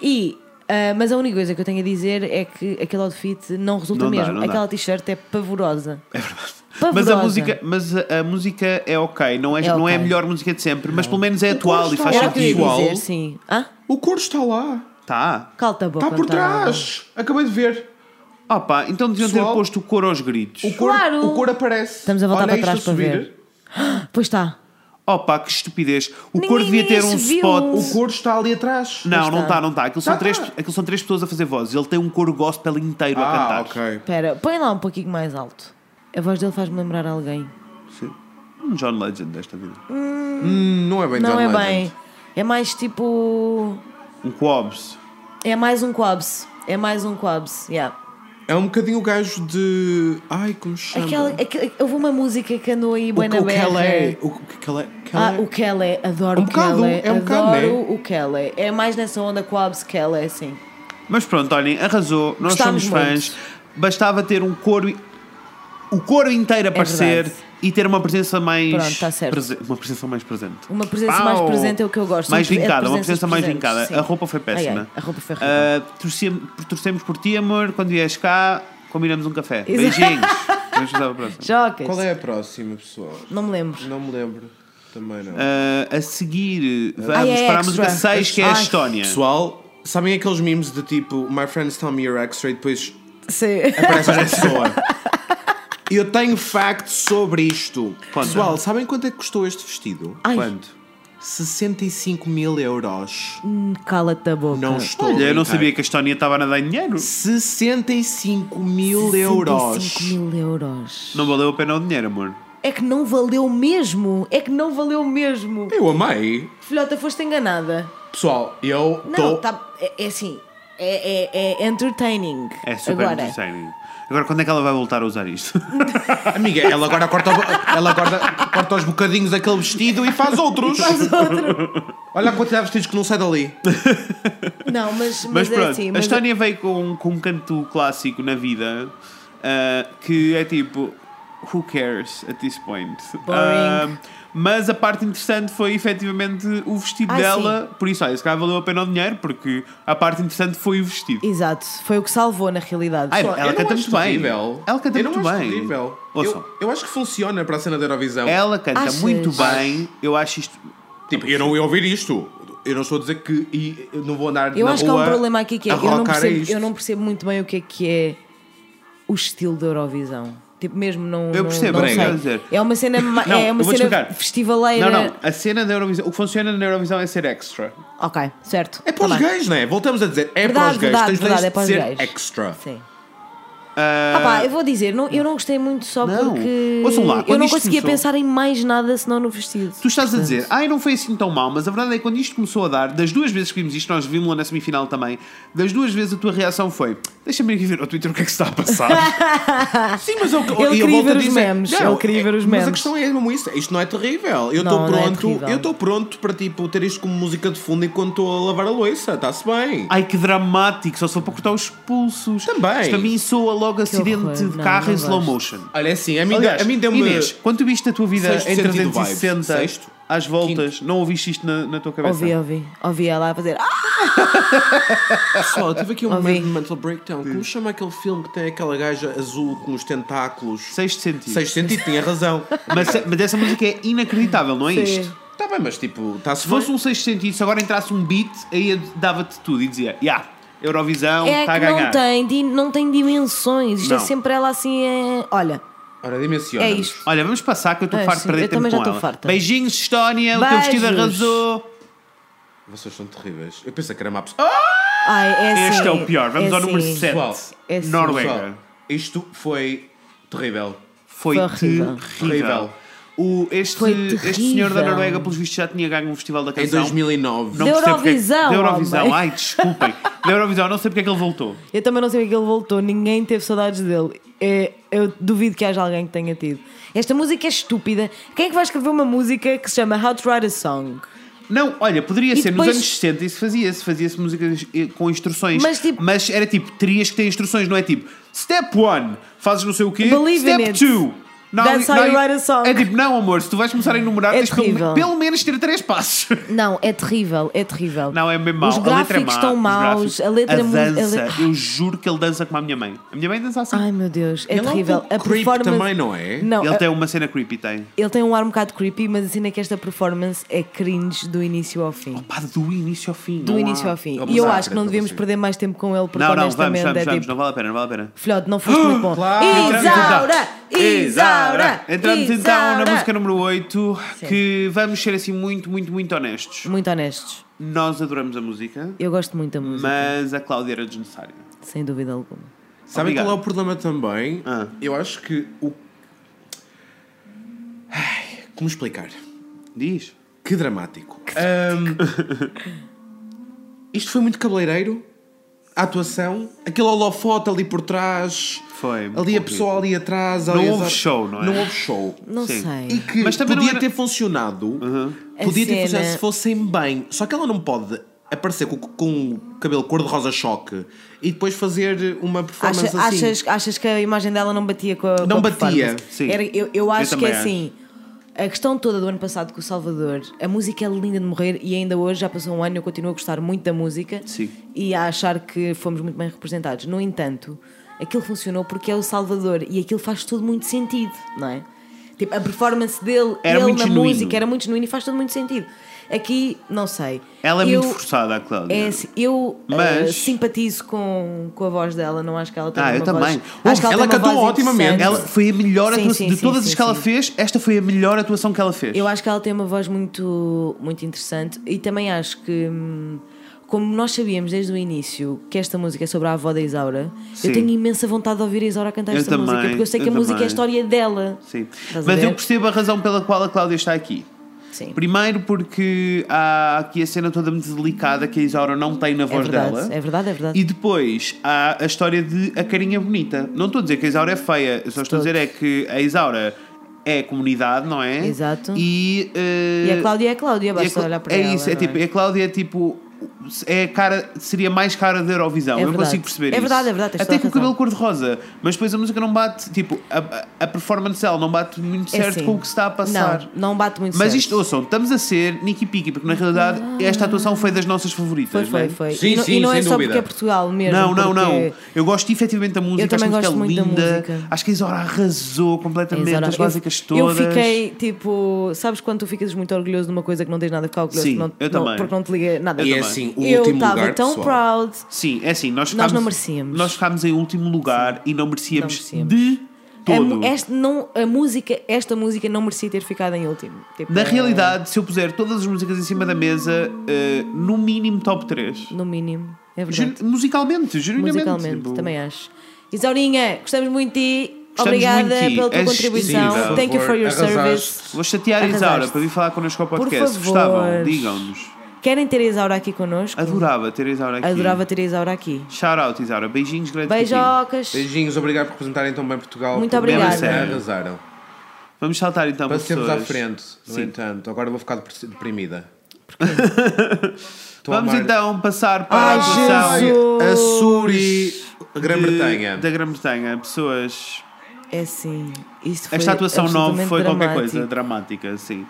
Speaker 1: E, ah, mas a única coisa que eu tenho a dizer é que aquele outfit não resulta
Speaker 2: Não dá,
Speaker 1: mesmo.
Speaker 2: não dá.
Speaker 1: Aquela t-shirt é pavorosa.
Speaker 2: É verdade. Mas
Speaker 1: Pavorosa.
Speaker 2: a, música, mas a, a música é ok, não é,
Speaker 1: É
Speaker 2: não é a
Speaker 1: ok.
Speaker 2: melhor música de sempre, mas pelo menos é atual e
Speaker 3: está
Speaker 2: faz
Speaker 1: Era o que eu ia
Speaker 2: sentido.
Speaker 3: Igual.
Speaker 1: dizer, sim. Hã?
Speaker 3: O coro está lá.
Speaker 2: Tá.
Speaker 1: Calta a boca.
Speaker 3: Está por
Speaker 1: António.
Speaker 3: trás. Acabei de ver.
Speaker 2: Ah pá, então deviam ter
Speaker 3: Pessoal.
Speaker 2: posto o cor aos gritos.
Speaker 3: O coro,
Speaker 1: Claro.
Speaker 3: o coro aparece.
Speaker 1: Estamos a voltar
Speaker 3: Olha
Speaker 1: para trás
Speaker 3: isto a
Speaker 1: para
Speaker 3: subir.
Speaker 1: ver. Pois tá. está.
Speaker 2: Oh pá, que estupidez. O
Speaker 1: Ninguém-
Speaker 2: cor devia
Speaker 1: ninguém
Speaker 2: ter um
Speaker 1: se viu.
Speaker 2: spot.
Speaker 3: O coro está ali atrás.
Speaker 2: Não, não
Speaker 1: está.
Speaker 2: está, não está. Aquilo, são
Speaker 3: Tá,
Speaker 2: três,
Speaker 3: tá.
Speaker 2: aquilo são três pessoas a fazer vozes. Ele tem um coro gospel inteiro a
Speaker 3: Ah,
Speaker 2: cantar.
Speaker 3: ok.
Speaker 1: Espera, põe lá um pouquinho mais alto. A voz dele faz-me lembrar alguém.
Speaker 2: Um John Legend desta vida.
Speaker 3: Hum, Não é bem
Speaker 1: não
Speaker 3: John
Speaker 1: é
Speaker 3: Legend.
Speaker 1: bem. É mais tipo.
Speaker 2: Um Cobbs.
Speaker 1: É mais um Quabs. É mais um Quabs. Yeah.
Speaker 3: É um bocadinho o gajo de. Ai, como se chama?
Speaker 1: Aquela, aquele- houve uma música que andou aí,
Speaker 3: Ah, O,
Speaker 1: Buena
Speaker 3: o Kelly.
Speaker 1: Berra.
Speaker 3: O que é. Kelly.
Speaker 1: Ah, o Kelly, adoro
Speaker 3: Um
Speaker 1: o Kelly.
Speaker 3: bocado, é um bocado,
Speaker 1: adoro
Speaker 3: né?
Speaker 1: o Kelly. É mais nessa onda Quabs Kelly, assim.
Speaker 2: Mas pronto, olhem, arrasou. Nós
Speaker 1: Gostámos
Speaker 2: somos fãs. Bastava ter um coro. i- O coro inteiro a aparecer
Speaker 1: É verdade.
Speaker 2: e ter uma presença mais.
Speaker 1: Pronto, tá certo.
Speaker 2: prese- Uma presença mais presente.
Speaker 1: Uma presença mais
Speaker 2: Pau!
Speaker 1: presente é o que eu gosto.
Speaker 2: Mais
Speaker 1: É de
Speaker 2: vincada, uma
Speaker 1: presenças
Speaker 2: presença mais
Speaker 1: presentes,
Speaker 2: vincada.
Speaker 1: sim.
Speaker 2: A roupa foi péssima.
Speaker 1: Ai, ai, a roupa foi horrível.
Speaker 2: Ah, torcemos, torcemos por ti, amor. Quando vieres cá, combinamos um café.
Speaker 1: Exato. [laughs]
Speaker 2: Beijinhos. Vamos passar para a próxima.
Speaker 1: Jocas.
Speaker 3: Qual é a próxima, pessoal?
Speaker 1: Não me lembro.
Speaker 3: Não me lembro. Também não.
Speaker 2: Ah, a seguir, vamos
Speaker 1: Ai, é
Speaker 2: para a
Speaker 1: extra.
Speaker 2: música 6, que é a
Speaker 1: Ai.
Speaker 2: Estónia.
Speaker 3: Pessoal, sabem aqueles memes de tipo My friends tell me you're extra e depois
Speaker 1: Sim.
Speaker 3: aparece
Speaker 2: [laughs]
Speaker 3: esta pessoa? Eu tenho facts sobre isto.
Speaker 2: Conta.
Speaker 3: Pessoal, sabem quanto é que custou este vestido?
Speaker 1: Ai,
Speaker 2: Quanto?
Speaker 3: 65 mil euros.
Speaker 1: cala-te a boca.
Speaker 3: Não estou.
Speaker 2: Olha, eu não
Speaker 3: a brincar.
Speaker 2: sabia que a Estónia estava a nadar em dinheiro.
Speaker 3: 65 mil euros.
Speaker 1: 65 mil euros.
Speaker 2: Não valeu a pena o dinheiro, amor.
Speaker 1: É que não valeu mesmo. É que não valeu mesmo.
Speaker 3: Eu amei.
Speaker 1: Filhota, foste enganada.
Speaker 3: Pessoal, eu
Speaker 1: Não,
Speaker 3: estou.
Speaker 1: tá, é, é assim. É, é, é entertaining.
Speaker 2: É super
Speaker 1: Agora,
Speaker 2: entertaining. Agora, quando é que ela vai voltar a usar isto?
Speaker 3: Amiga, ela agora corta, o- ela corta, corta os bocadinhos daquele vestido e faz outros.
Speaker 1: Faz outro.
Speaker 3: Olha a quantidade de vestidos que não sai dali.
Speaker 1: Não, mas, mas,
Speaker 2: Mas,
Speaker 1: é
Speaker 2: pronto,
Speaker 1: assim.
Speaker 2: a
Speaker 1: Mas
Speaker 2: Estónia veio com, com um canto clássico na vida ah, que é tipo. Who cares at this point?
Speaker 1: Boring.
Speaker 2: Ah, mas a parte interessante foi efetivamente o vestido
Speaker 1: Ai,
Speaker 2: dela. Por isso, olha, se calhar valeu a pena o dinheiro, porque a parte interessante foi o vestido.
Speaker 1: Exato, foi o que salvou na realidade.
Speaker 2: Ai,
Speaker 3: Pessoal,
Speaker 2: ela
Speaker 3: eu não
Speaker 2: canta
Speaker 3: acho
Speaker 2: muito bem.
Speaker 3: terrível.
Speaker 2: Ela canta
Speaker 3: eu não
Speaker 2: muito
Speaker 3: acho
Speaker 2: bem.
Speaker 3: terrível.
Speaker 2: Ouçam.
Speaker 3: Eu, eu acho que funciona para a cena da Eurovisão.
Speaker 2: Ela canta
Speaker 1: Achas?
Speaker 2: muito bem. Eu acho isto.
Speaker 3: Tipo, eu não ia ouvir isto. Eu não estou a dizer que e, eu não vou andar
Speaker 1: Eu
Speaker 3: na
Speaker 1: acho que há
Speaker 3: rua
Speaker 1: um problema aqui que é.
Speaker 3: a
Speaker 1: Eu não,
Speaker 3: rocar a
Speaker 1: percebo,
Speaker 3: isto.
Speaker 1: eu não percebo muito bem o que é que é o estilo da Eurovisão. Tipo, mesmo não.
Speaker 2: Eu
Speaker 1: não-
Speaker 2: percebo,
Speaker 1: não
Speaker 2: é
Speaker 1: sei.
Speaker 2: isso que eu quero dizer.
Speaker 1: É uma cena, ma-
Speaker 2: Não,
Speaker 1: é uma
Speaker 2: eu vou-te
Speaker 1: cena
Speaker 2: explicar.
Speaker 1: festivaleira.
Speaker 2: Não, não. A cena da Eurovisão. O que funciona na Eurovisão é ser extra.
Speaker 1: Ok, certo.
Speaker 3: É para
Speaker 1: Tá
Speaker 3: os
Speaker 1: bem.
Speaker 3: gays, não é? Voltamos a dizer, é para
Speaker 1: Verdade,
Speaker 3: os gays.
Speaker 1: verdade,
Speaker 3: Tens
Speaker 1: verdade,
Speaker 3: de
Speaker 1: é para os
Speaker 3: ser
Speaker 1: gays.
Speaker 3: extra.
Speaker 1: Sim.
Speaker 2: Ah,
Speaker 1: Ah pá, eu vou dizer, não- eu não gostei muito só
Speaker 2: Não.
Speaker 1: porque
Speaker 2: Ouçam lá,
Speaker 1: eu
Speaker 2: quando
Speaker 1: não
Speaker 2: isto
Speaker 1: conseguia
Speaker 2: começou-
Speaker 1: pensar em mais nada senão no vestido.
Speaker 2: Tu estás a dizer, ai, não foi assim tão mal, mas a verdade é que quando isto começou a dar, das duas vezes que vimos isto, nós vimos-la na semifinal também, das duas vezes a tua reação foi: deixa-me aqui ver no Twitter o que é que se está a
Speaker 3: [laughs]
Speaker 2: passar.
Speaker 3: Sim, mas eu,
Speaker 1: Ele
Speaker 3: e eu
Speaker 1: queria
Speaker 3: volto
Speaker 1: ver
Speaker 3: a
Speaker 1: os
Speaker 3: dizer,
Speaker 1: memes, ele queria ver os
Speaker 3: Mas
Speaker 1: memes.
Speaker 3: a questão é mesmo isso. Isto não é terrível. Eu
Speaker 1: Não,
Speaker 3: estou
Speaker 1: não é
Speaker 3: pronto,
Speaker 1: terrível.
Speaker 3: eu estou pronto para tipo ter isto como música de fundo enquanto estou a lavar a louça. Está-se bem.
Speaker 2: ai, que dramático, só se for para cortar os pulsos.
Speaker 3: Também.
Speaker 2: Isto a mim soa logo acidente
Speaker 1: horror.
Speaker 2: de
Speaker 1: Não,
Speaker 2: carro
Speaker 1: não
Speaker 2: em slow
Speaker 1: gosto.
Speaker 2: motion.
Speaker 3: Olha assim, a mim,
Speaker 2: Aliás,
Speaker 3: a mim deu-me
Speaker 2: Inês, quando tu viste a tua vida
Speaker 3: Sexto
Speaker 2: em
Speaker 3: sentido vibe.
Speaker 2: 360
Speaker 3: Sexto.
Speaker 2: às voltas, não ouviste isto na, na tua cabeça?
Speaker 1: Ouvi, ouvi, ouvi ela a fazer. "Ah!"
Speaker 3: Pessoal, eu tive aqui
Speaker 1: [laughs]
Speaker 3: um
Speaker 1: Ouvi.
Speaker 3: momento de mental breakdown. Como se chama aquele filme que tem aquela gaja azul com os tentáculos?
Speaker 2: Sexto sentido.
Speaker 3: Seis sentido, tinha [laughs] razão.
Speaker 2: Mas, mas essa música é inacreditável, não é
Speaker 1: Sim.
Speaker 2: isto?
Speaker 3: Está bem, mas tipo, está-se
Speaker 2: Se fosse
Speaker 1: é?
Speaker 2: um sexto sentido, se agora entrasse um beat, aí eu dava-te tudo e dizia, yeah, Eurovisão,
Speaker 1: É
Speaker 2: está a
Speaker 1: que
Speaker 2: ganhar.
Speaker 1: não tem, di- não tem dimensões. Isto é
Speaker 2: Não.
Speaker 1: sempre ela assim. É... Olha,
Speaker 3: Ora, dimensiona
Speaker 1: é isto.
Speaker 2: Olha, vamos passar que eu estou
Speaker 1: É,
Speaker 2: farto de
Speaker 1: sim,
Speaker 2: perder
Speaker 1: eu
Speaker 2: tempo
Speaker 1: também já
Speaker 2: com
Speaker 1: estou
Speaker 2: ela.
Speaker 1: farta.
Speaker 2: Beijinhos, Estónia, o teu vestido
Speaker 1: Beijos.
Speaker 2: arrasou.
Speaker 3: Vocês são terríveis. Eu pensei que era má pessoa. Ah!
Speaker 1: Ai, é
Speaker 2: Este
Speaker 1: assim,
Speaker 2: é o pior, vamos
Speaker 1: é
Speaker 2: ao número
Speaker 1: assim.
Speaker 2: 7.
Speaker 3: Pessoal,
Speaker 1: é sim.
Speaker 2: Noruega.
Speaker 3: Pessoal, isto foi terrível.
Speaker 2: Foi,
Speaker 1: Foi
Speaker 2: terrível.
Speaker 1: horrível.
Speaker 3: Terrível.
Speaker 2: O, este,
Speaker 1: Foi
Speaker 2: este senhor da
Speaker 1: terrível.
Speaker 2: Noruega, pelos vistos, já tinha ganho um festival da
Speaker 3: Em
Speaker 2: canção.
Speaker 3: 2009.
Speaker 1: Da
Speaker 2: percebo porque é que-
Speaker 1: Eurovisão,
Speaker 2: Da Eurovisão,
Speaker 1: homem.
Speaker 2: ai, desculpem. Da Eurovisão, não sei porque é que ele voltou.
Speaker 1: Eu também não sei porque ele voltou, ninguém teve saudades dele. É, eu duvido que haja alguém que tenha tido. Esta música é estúpida. Quem é que vai escrever uma música que se chama How to Write a Song?
Speaker 2: Não, olha, poderia
Speaker 1: E
Speaker 2: ser nos
Speaker 1: depois-
Speaker 2: anos 60 isso fazia-se, fazia-se músicas eh, com instruções.
Speaker 1: Mas, tipo-
Speaker 2: era tipo, terias que ter instruções, não é tipo, step 1, fazes não sei o quê,
Speaker 1: Believe in
Speaker 2: step
Speaker 1: it.
Speaker 2: 2. Não,
Speaker 1: That's how
Speaker 2: não,
Speaker 1: you write a song.
Speaker 2: É tipo, não, amor, se tu vais começar a enumerar,
Speaker 1: É
Speaker 2: tens pelo,
Speaker 1: terrível.
Speaker 2: pelo menos ter três passos. [laughs]
Speaker 1: Não, é terrível, é terrível.
Speaker 2: Não, é mesmo mau.
Speaker 1: Os
Speaker 2: a letra é
Speaker 1: gráficos
Speaker 2: má,
Speaker 1: estão
Speaker 2: os
Speaker 1: maus,
Speaker 2: gráficos.
Speaker 1: a letra
Speaker 2: A
Speaker 1: é mu- a
Speaker 2: dança,
Speaker 1: letra-
Speaker 2: eu juro que ele dança como a minha mãe. A minha mãe dança assim.
Speaker 1: Ai meu Deus, é
Speaker 3: Ele é um
Speaker 1: terrível.
Speaker 3: pouco
Speaker 1: a
Speaker 3: creep
Speaker 1: performance.
Speaker 3: também, não é?
Speaker 1: Não,
Speaker 2: ele
Speaker 1: a-
Speaker 2: tem uma cena creepy, tem.
Speaker 1: ele tem um ar um bocado creepy, mas a cena é que esta performance é cringe do início ao fim.
Speaker 2: Pá, do início ao fim.
Speaker 1: do
Speaker 2: não
Speaker 1: início
Speaker 2: há-
Speaker 1: ao fim.
Speaker 3: Não, mas
Speaker 1: E eu
Speaker 3: há,
Speaker 1: acho que não
Speaker 3: não
Speaker 1: devíamos
Speaker 3: consigo.
Speaker 1: perder mais tempo com ele, porque
Speaker 2: Não, não, vamos,
Speaker 1: honestamente
Speaker 2: vamos,
Speaker 1: é
Speaker 2: vamos,
Speaker 1: tipo.
Speaker 2: não vale a pena, não vale a pena.
Speaker 1: Filhote, não foste muito
Speaker 2: [gasps]
Speaker 1: bom.
Speaker 3: Claro.
Speaker 1: Isaura! Isaura!
Speaker 2: então. Entramos então na
Speaker 1: Isaura!
Speaker 2: música número 8,
Speaker 1: Sim.
Speaker 2: que vamos ser assim muito, muito, muito honestos.
Speaker 1: Muito honestos.
Speaker 2: Nós adoramos a música,
Speaker 1: Eu gosto muito da música,
Speaker 2: mas a Cláudia era desnecessária.
Speaker 1: sem dúvida alguma.
Speaker 3: Sabem
Speaker 2: Obrigado.
Speaker 3: qual é o problema também?
Speaker 2: Ah.
Speaker 3: Eu acho que o. Ai, como explicar?
Speaker 2: Diz?
Speaker 3: Que dramático. Ahm, isto foi muito cabeleireiro. A atuação, aquele holofote ali por trás.
Speaker 2: Foi muito
Speaker 3: Ali a
Speaker 2: horrível.
Speaker 3: pessoa ali atrás. ali
Speaker 2: Não
Speaker 3: as-
Speaker 2: houve show, não é?
Speaker 3: Não houve show.
Speaker 1: Não
Speaker 2: Sim.
Speaker 1: sei.
Speaker 3: E que
Speaker 2: Mas também
Speaker 3: podia
Speaker 2: não era- Uhum.
Speaker 3: ter funcionado.
Speaker 1: A
Speaker 3: Podia ter
Speaker 1: cena-
Speaker 3: funcionado se fossem bem. Só que ela não pode aparecer com, com o cabelo cor-de-rosa choque e depois fazer uma performance
Speaker 1: Acha-
Speaker 3: assim.
Speaker 1: achas, achas que a imagem dela não batia com a
Speaker 3: Não
Speaker 1: com a
Speaker 3: batia,
Speaker 1: performance?
Speaker 2: sim.
Speaker 1: Era- eu, eu acho que
Speaker 2: também
Speaker 1: é
Speaker 2: acho.
Speaker 1: assim. A questão toda do ano passado com o Salvador, a música é linda de morrer e ainda hoje, já passou um ano, eu continuo a gostar muito da música
Speaker 2: Sim.
Speaker 1: e a achar que fomos muito bem representados. No entanto, aquilo funcionou porque é o Salvador e aquilo faz tudo muito sentido, não é? Tipo, a performance dele,
Speaker 2: Era
Speaker 1: ele
Speaker 2: muito
Speaker 1: na
Speaker 2: genuíno.
Speaker 1: música, era muito genuíno e faz tudo muito sentido. Aqui, não sei.
Speaker 2: Ela é
Speaker 1: Eu-
Speaker 2: muito forçada, a Cláudia.
Speaker 1: é assim, eu
Speaker 2: Mas-
Speaker 1: eh, simpatizo com, com a voz dela, não acho que ela tenha
Speaker 2: Ah, eu
Speaker 1: uma
Speaker 2: também.
Speaker 1: voz-
Speaker 2: Ouve,
Speaker 1: acho que ela,
Speaker 3: ela
Speaker 1: tem uma
Speaker 3: cantou
Speaker 1: voz
Speaker 3: otimamente.
Speaker 1: interessante.
Speaker 2: Ela foi a melhor
Speaker 1: Sim,
Speaker 2: atuação.
Speaker 1: sim,
Speaker 2: De
Speaker 1: sim,
Speaker 2: todas
Speaker 1: sim,
Speaker 2: as que ela
Speaker 1: sim.
Speaker 2: fez, esta foi a melhor atuação que ela fez.
Speaker 1: Eu acho que ela tem uma voz muito, muito interessante e também acho que, hum, como nós sabíamos desde o início que esta música é sobre a avó da Isaura,
Speaker 2: Sim.
Speaker 1: eu tenho imensa vontade de ouvir a Isaura cantar
Speaker 2: Eu
Speaker 1: esta
Speaker 2: também,
Speaker 1: música, porque eu sei que
Speaker 2: eu
Speaker 1: a música é
Speaker 2: também.
Speaker 1: a história dela.
Speaker 2: Sim.
Speaker 1: Estás a
Speaker 2: Mas
Speaker 1: ver?
Speaker 2: eu percebo a razão pela qual a Cláudia está aqui.
Speaker 1: Sim.
Speaker 2: Primeiro porque há aqui a cena toda muito delicada que a Isaura não tem na
Speaker 1: É
Speaker 2: voz
Speaker 1: verdade,
Speaker 2: dela.
Speaker 1: é verdade, é verdade.
Speaker 2: E depois há a história de a carinha bonita. Não estou a dizer que a Isaura é feia, eu só estou a dizer é que a Isaura é comunidade, não é?
Speaker 1: Exato.
Speaker 2: E, eh,
Speaker 1: E a Cláudia é a Cláudia,
Speaker 2: e a
Speaker 1: basta
Speaker 2: Clá-
Speaker 1: olhar para
Speaker 2: é
Speaker 1: ela.
Speaker 2: isso, é
Speaker 1: não
Speaker 2: tipo, a Cláudia é tipo é cara, seria mais cara da Eurovisão.
Speaker 1: É
Speaker 2: eu não
Speaker 1: verdade.
Speaker 2: consigo perceber
Speaker 1: É
Speaker 2: isso.
Speaker 1: verdade, é verdade, tens
Speaker 2: Até
Speaker 1: toda
Speaker 2: com
Speaker 1: a
Speaker 2: o cabelo
Speaker 1: razão.
Speaker 2: cor-de-rosa. Mas depois a música não bate, tipo, a, a- a performance dela não bate muito
Speaker 1: É
Speaker 2: certo
Speaker 1: assim.
Speaker 2: com o que se está a passar.
Speaker 1: Não, não bate muito
Speaker 2: Mas
Speaker 1: certo. Ah.
Speaker 2: isto, ouçam, estamos a ser Niki Piki, porque na realidade esta atuação foi das nossas favoritas.
Speaker 1: Foi, foi,
Speaker 2: né?
Speaker 1: foi.
Speaker 3: Sim,
Speaker 1: e, não- e
Speaker 3: sim,
Speaker 1: não é
Speaker 3: sem
Speaker 1: só
Speaker 3: dúvida.
Speaker 1: porque é Portugal mesmo.
Speaker 2: Não, não, não.
Speaker 1: porque- é
Speaker 2: Eu gosto efetivamente da música,
Speaker 1: também
Speaker 2: acho
Speaker 1: gosto
Speaker 2: a música
Speaker 1: muito da
Speaker 2: linda.
Speaker 1: música.
Speaker 2: Acho que a Isaura arrasou completamente
Speaker 1: Exato.
Speaker 2: as
Speaker 1: Eu-
Speaker 2: básicas
Speaker 1: eu,
Speaker 2: todas.
Speaker 1: fiquei tipo, sabes quando tu ficas muito orgulhoso de uma coisa que não tens nada a ficar orgulhoso
Speaker 2: Sim,
Speaker 1: não,
Speaker 2: eu
Speaker 1: não-
Speaker 2: também.
Speaker 1: porque não te liga nada.
Speaker 2: Eu
Speaker 3: E é
Speaker 2: também.
Speaker 3: assim, o
Speaker 1: eu
Speaker 3: último
Speaker 1: estava
Speaker 3: lugar,
Speaker 1: tão
Speaker 3: pessoal.
Speaker 1: proud.
Speaker 2: Sim, é assim, nós
Speaker 1: Nós
Speaker 2: ficámos,
Speaker 1: não merecíamos.
Speaker 2: Nós ficámos em último lugar e não merecíamos,
Speaker 1: merecíamos.
Speaker 2: de
Speaker 1: A,
Speaker 2: todo.
Speaker 1: É mu- este não, a música, esta música não merecia ter ficado em último. Tipo,
Speaker 2: Na
Speaker 1: é-
Speaker 2: realidade, se eu puser todas as músicas em cima da mesa, eh, no mínimo top 3.
Speaker 1: No mínimo, é verdade.
Speaker 2: musicalmente, genuinamente.
Speaker 1: Musicalmente,
Speaker 2: tipo,
Speaker 1: também acho. Isaurinha, gostamos muito de ti.
Speaker 2: Gostamos
Speaker 1: Obrigada
Speaker 2: muito de ti.
Speaker 1: pela tua
Speaker 2: És
Speaker 1: contribuição.
Speaker 2: incrível.
Speaker 1: Thank you for your
Speaker 3: Arrasaste.
Speaker 1: service.
Speaker 2: Vou chatear a
Speaker 1: Arrasaste.
Speaker 2: Isaura para vir falar connosco ao podcast.
Speaker 1: favor.
Speaker 2: Gostavam, digam-nos.
Speaker 1: Querem ter a Isaura aqui connosco?
Speaker 2: Adorava ter a Isaura aqui.
Speaker 1: Adorava ter a Isaura aqui.
Speaker 2: Shout out, Isaura. Beijinhos grandes. para ti.
Speaker 1: Beijocas.
Speaker 3: Beijinhos, obrigado por representarem tão bem Portugal.
Speaker 1: Muito
Speaker 3: Por bem
Speaker 1: obrigada.
Speaker 3: amanhã,
Speaker 2: Sério.
Speaker 3: Arrasaram.
Speaker 2: Vamos saltar então,
Speaker 3: Passemos à
Speaker 2: professores.
Speaker 3: frente, no
Speaker 2: Sim.
Speaker 3: entanto. Agora vou ficar depre- deprimida. [laughs] Estou a
Speaker 2: Vamos
Speaker 3: amar-
Speaker 2: então passar para
Speaker 3: Ai,
Speaker 2: a atuação
Speaker 3: Jesus! Açores, Grã-Bretanha.
Speaker 2: de- da Grã-Bretanha. Pessoas.
Speaker 1: É assim. Isto foi
Speaker 2: Esta atuação não
Speaker 1: absolutamente
Speaker 2: foi qualquer
Speaker 1: dramático.
Speaker 2: coisa dramática, sim.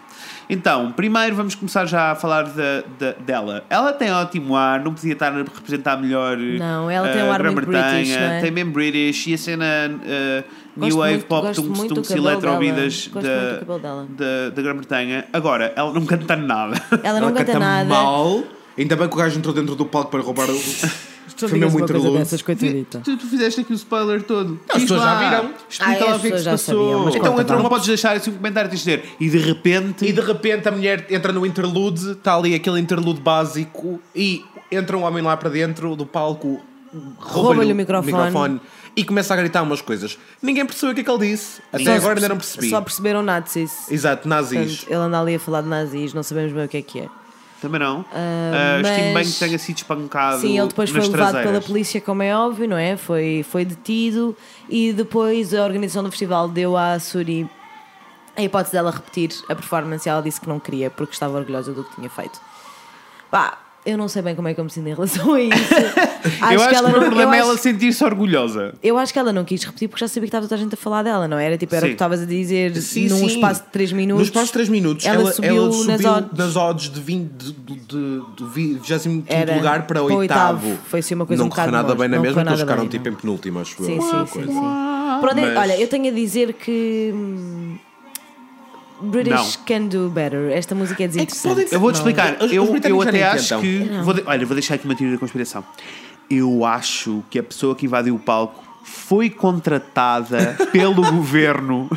Speaker 2: Então, primeiro vamos começar já a falar da, da- dela. Ela tem ótimo ar, não podia estar a representar melhor.
Speaker 1: Não, ela
Speaker 2: eh,
Speaker 1: tem um ar muito
Speaker 2: Grã-Bretanha,
Speaker 1: British, não é?
Speaker 2: Tem mesmo British e a cena eh, New
Speaker 1: Gosto
Speaker 2: Wave
Speaker 1: muito-
Speaker 2: Pop
Speaker 1: gosto
Speaker 2: Tumps
Speaker 1: muito do
Speaker 2: Tumps
Speaker 1: cabelo
Speaker 2: Eletrovidas
Speaker 1: dela. Gosto muito do cabelo dela.
Speaker 2: da, da, da Grã-Bretanha. Agora, ela não canta nada.
Speaker 1: Ela não
Speaker 3: Ela
Speaker 1: canta, nada.
Speaker 3: mal. Ainda bem que o gajo entrou dentro do palco
Speaker 1: [laughs]
Speaker 3: para roubar o.
Speaker 1: Tu
Speaker 3: Foi mesmo
Speaker 1: digas uma
Speaker 3: muito
Speaker 1: coisa
Speaker 3: louco.
Speaker 1: dessas, coitadita.
Speaker 2: [laughs] Tu, tu fizeste aqui o spoiler todo.
Speaker 3: as
Speaker 2: Diz
Speaker 3: pessoas
Speaker 2: lá,
Speaker 3: já viram.
Speaker 1: Ah, as
Speaker 2: Explica lá o que é que
Speaker 1: pessoas
Speaker 2: se
Speaker 1: já
Speaker 2: passou.
Speaker 1: sabiam, mas
Speaker 2: então
Speaker 1: conta,
Speaker 2: entra,
Speaker 1: vá.
Speaker 2: não podes deixar assim um comentário e dizer e de repente.
Speaker 3: E de repente a mulher entra no interlude, está ali aquele interlude básico e entra um homem lá para dentro do palco,
Speaker 1: Rouba-lhe o microfone.
Speaker 3: e começa a gritar umas coisas. Ninguém percebeu o que é que ele disse. Até
Speaker 1: Só
Speaker 3: agora
Speaker 1: se
Speaker 3: ainda não
Speaker 1: perce-
Speaker 3: percebi.
Speaker 1: Só perceberam nazis.
Speaker 3: Exato, nazis.
Speaker 1: Portanto, eh, ele anda ali a falar de nazis, não sabemos bem o que é que é.
Speaker 2: Também não. Uh,
Speaker 1: Ah, mas-
Speaker 2: Estimo bem que tenha sido espancado.
Speaker 1: Sim, ele depois foi
Speaker 2: nas
Speaker 1: levado
Speaker 2: traseiras.
Speaker 1: pela polícia, como é óbvio, não é? Foi, foi detido e depois a organização do festival deu à Suri a hipótese dela repetir a performance e ela disse que não queria porque estava orgulhosa do que tinha feito. Pá, eu não sei bem como é que eu me sinto em relação a
Speaker 2: [laughs]
Speaker 1: isso.
Speaker 2: eu acho que, o meu
Speaker 1: não- eu
Speaker 2: problema é
Speaker 1: acho-
Speaker 2: ela sentir-se orgulhosa.
Speaker 1: Eu acho que ela não quis repetir porque já sabia que estava toda a gente a falar dela, não era? Tipo, era o
Speaker 2: Sim.
Speaker 1: que estavas a dizer
Speaker 3: Sim,
Speaker 1: num
Speaker 3: sim.
Speaker 1: espaço de 3 minutos.
Speaker 3: No espaço de 3 minutos,
Speaker 1: ela, subiu, nas odds.
Speaker 3: nas odds de 20 de, de, de, de 25
Speaker 1: Era
Speaker 3: lugar para
Speaker 1: para
Speaker 3: o
Speaker 1: o
Speaker 3: oitavo.
Speaker 1: oitavo. Foi assim uma coisa
Speaker 3: Não
Speaker 1: um
Speaker 3: correu
Speaker 1: bocado
Speaker 3: nada
Speaker 1: longe.
Speaker 3: bem na
Speaker 1: Não
Speaker 3: mesma,
Speaker 1: correu
Speaker 3: que eles
Speaker 1: nada
Speaker 3: ficaram
Speaker 1: bem,
Speaker 3: tipo em penúltimo, acho eu.
Speaker 1: Sim,
Speaker 3: alguma
Speaker 1: sim, sim,
Speaker 3: coisa.
Speaker 1: sim. Pronto, é,
Speaker 3: Mas-
Speaker 1: Olha, eu tenho a dizer que. hum, British
Speaker 2: Não.
Speaker 1: can do better. Esta música é desinteressante.
Speaker 3: podem ter-
Speaker 2: Eu vou-te
Speaker 3: Não.
Speaker 2: explicar.
Speaker 3: Os- os
Speaker 2: eu, eu
Speaker 3: britânicos já
Speaker 2: até
Speaker 3: nem
Speaker 2: acho
Speaker 3: tentam.
Speaker 2: que. Vou de- olha, vou deixar aqui uma teoria da conspiração. Eu acho que a pessoa que invadiu o palco
Speaker 1: [laughs]
Speaker 2: foi contratada pelo governo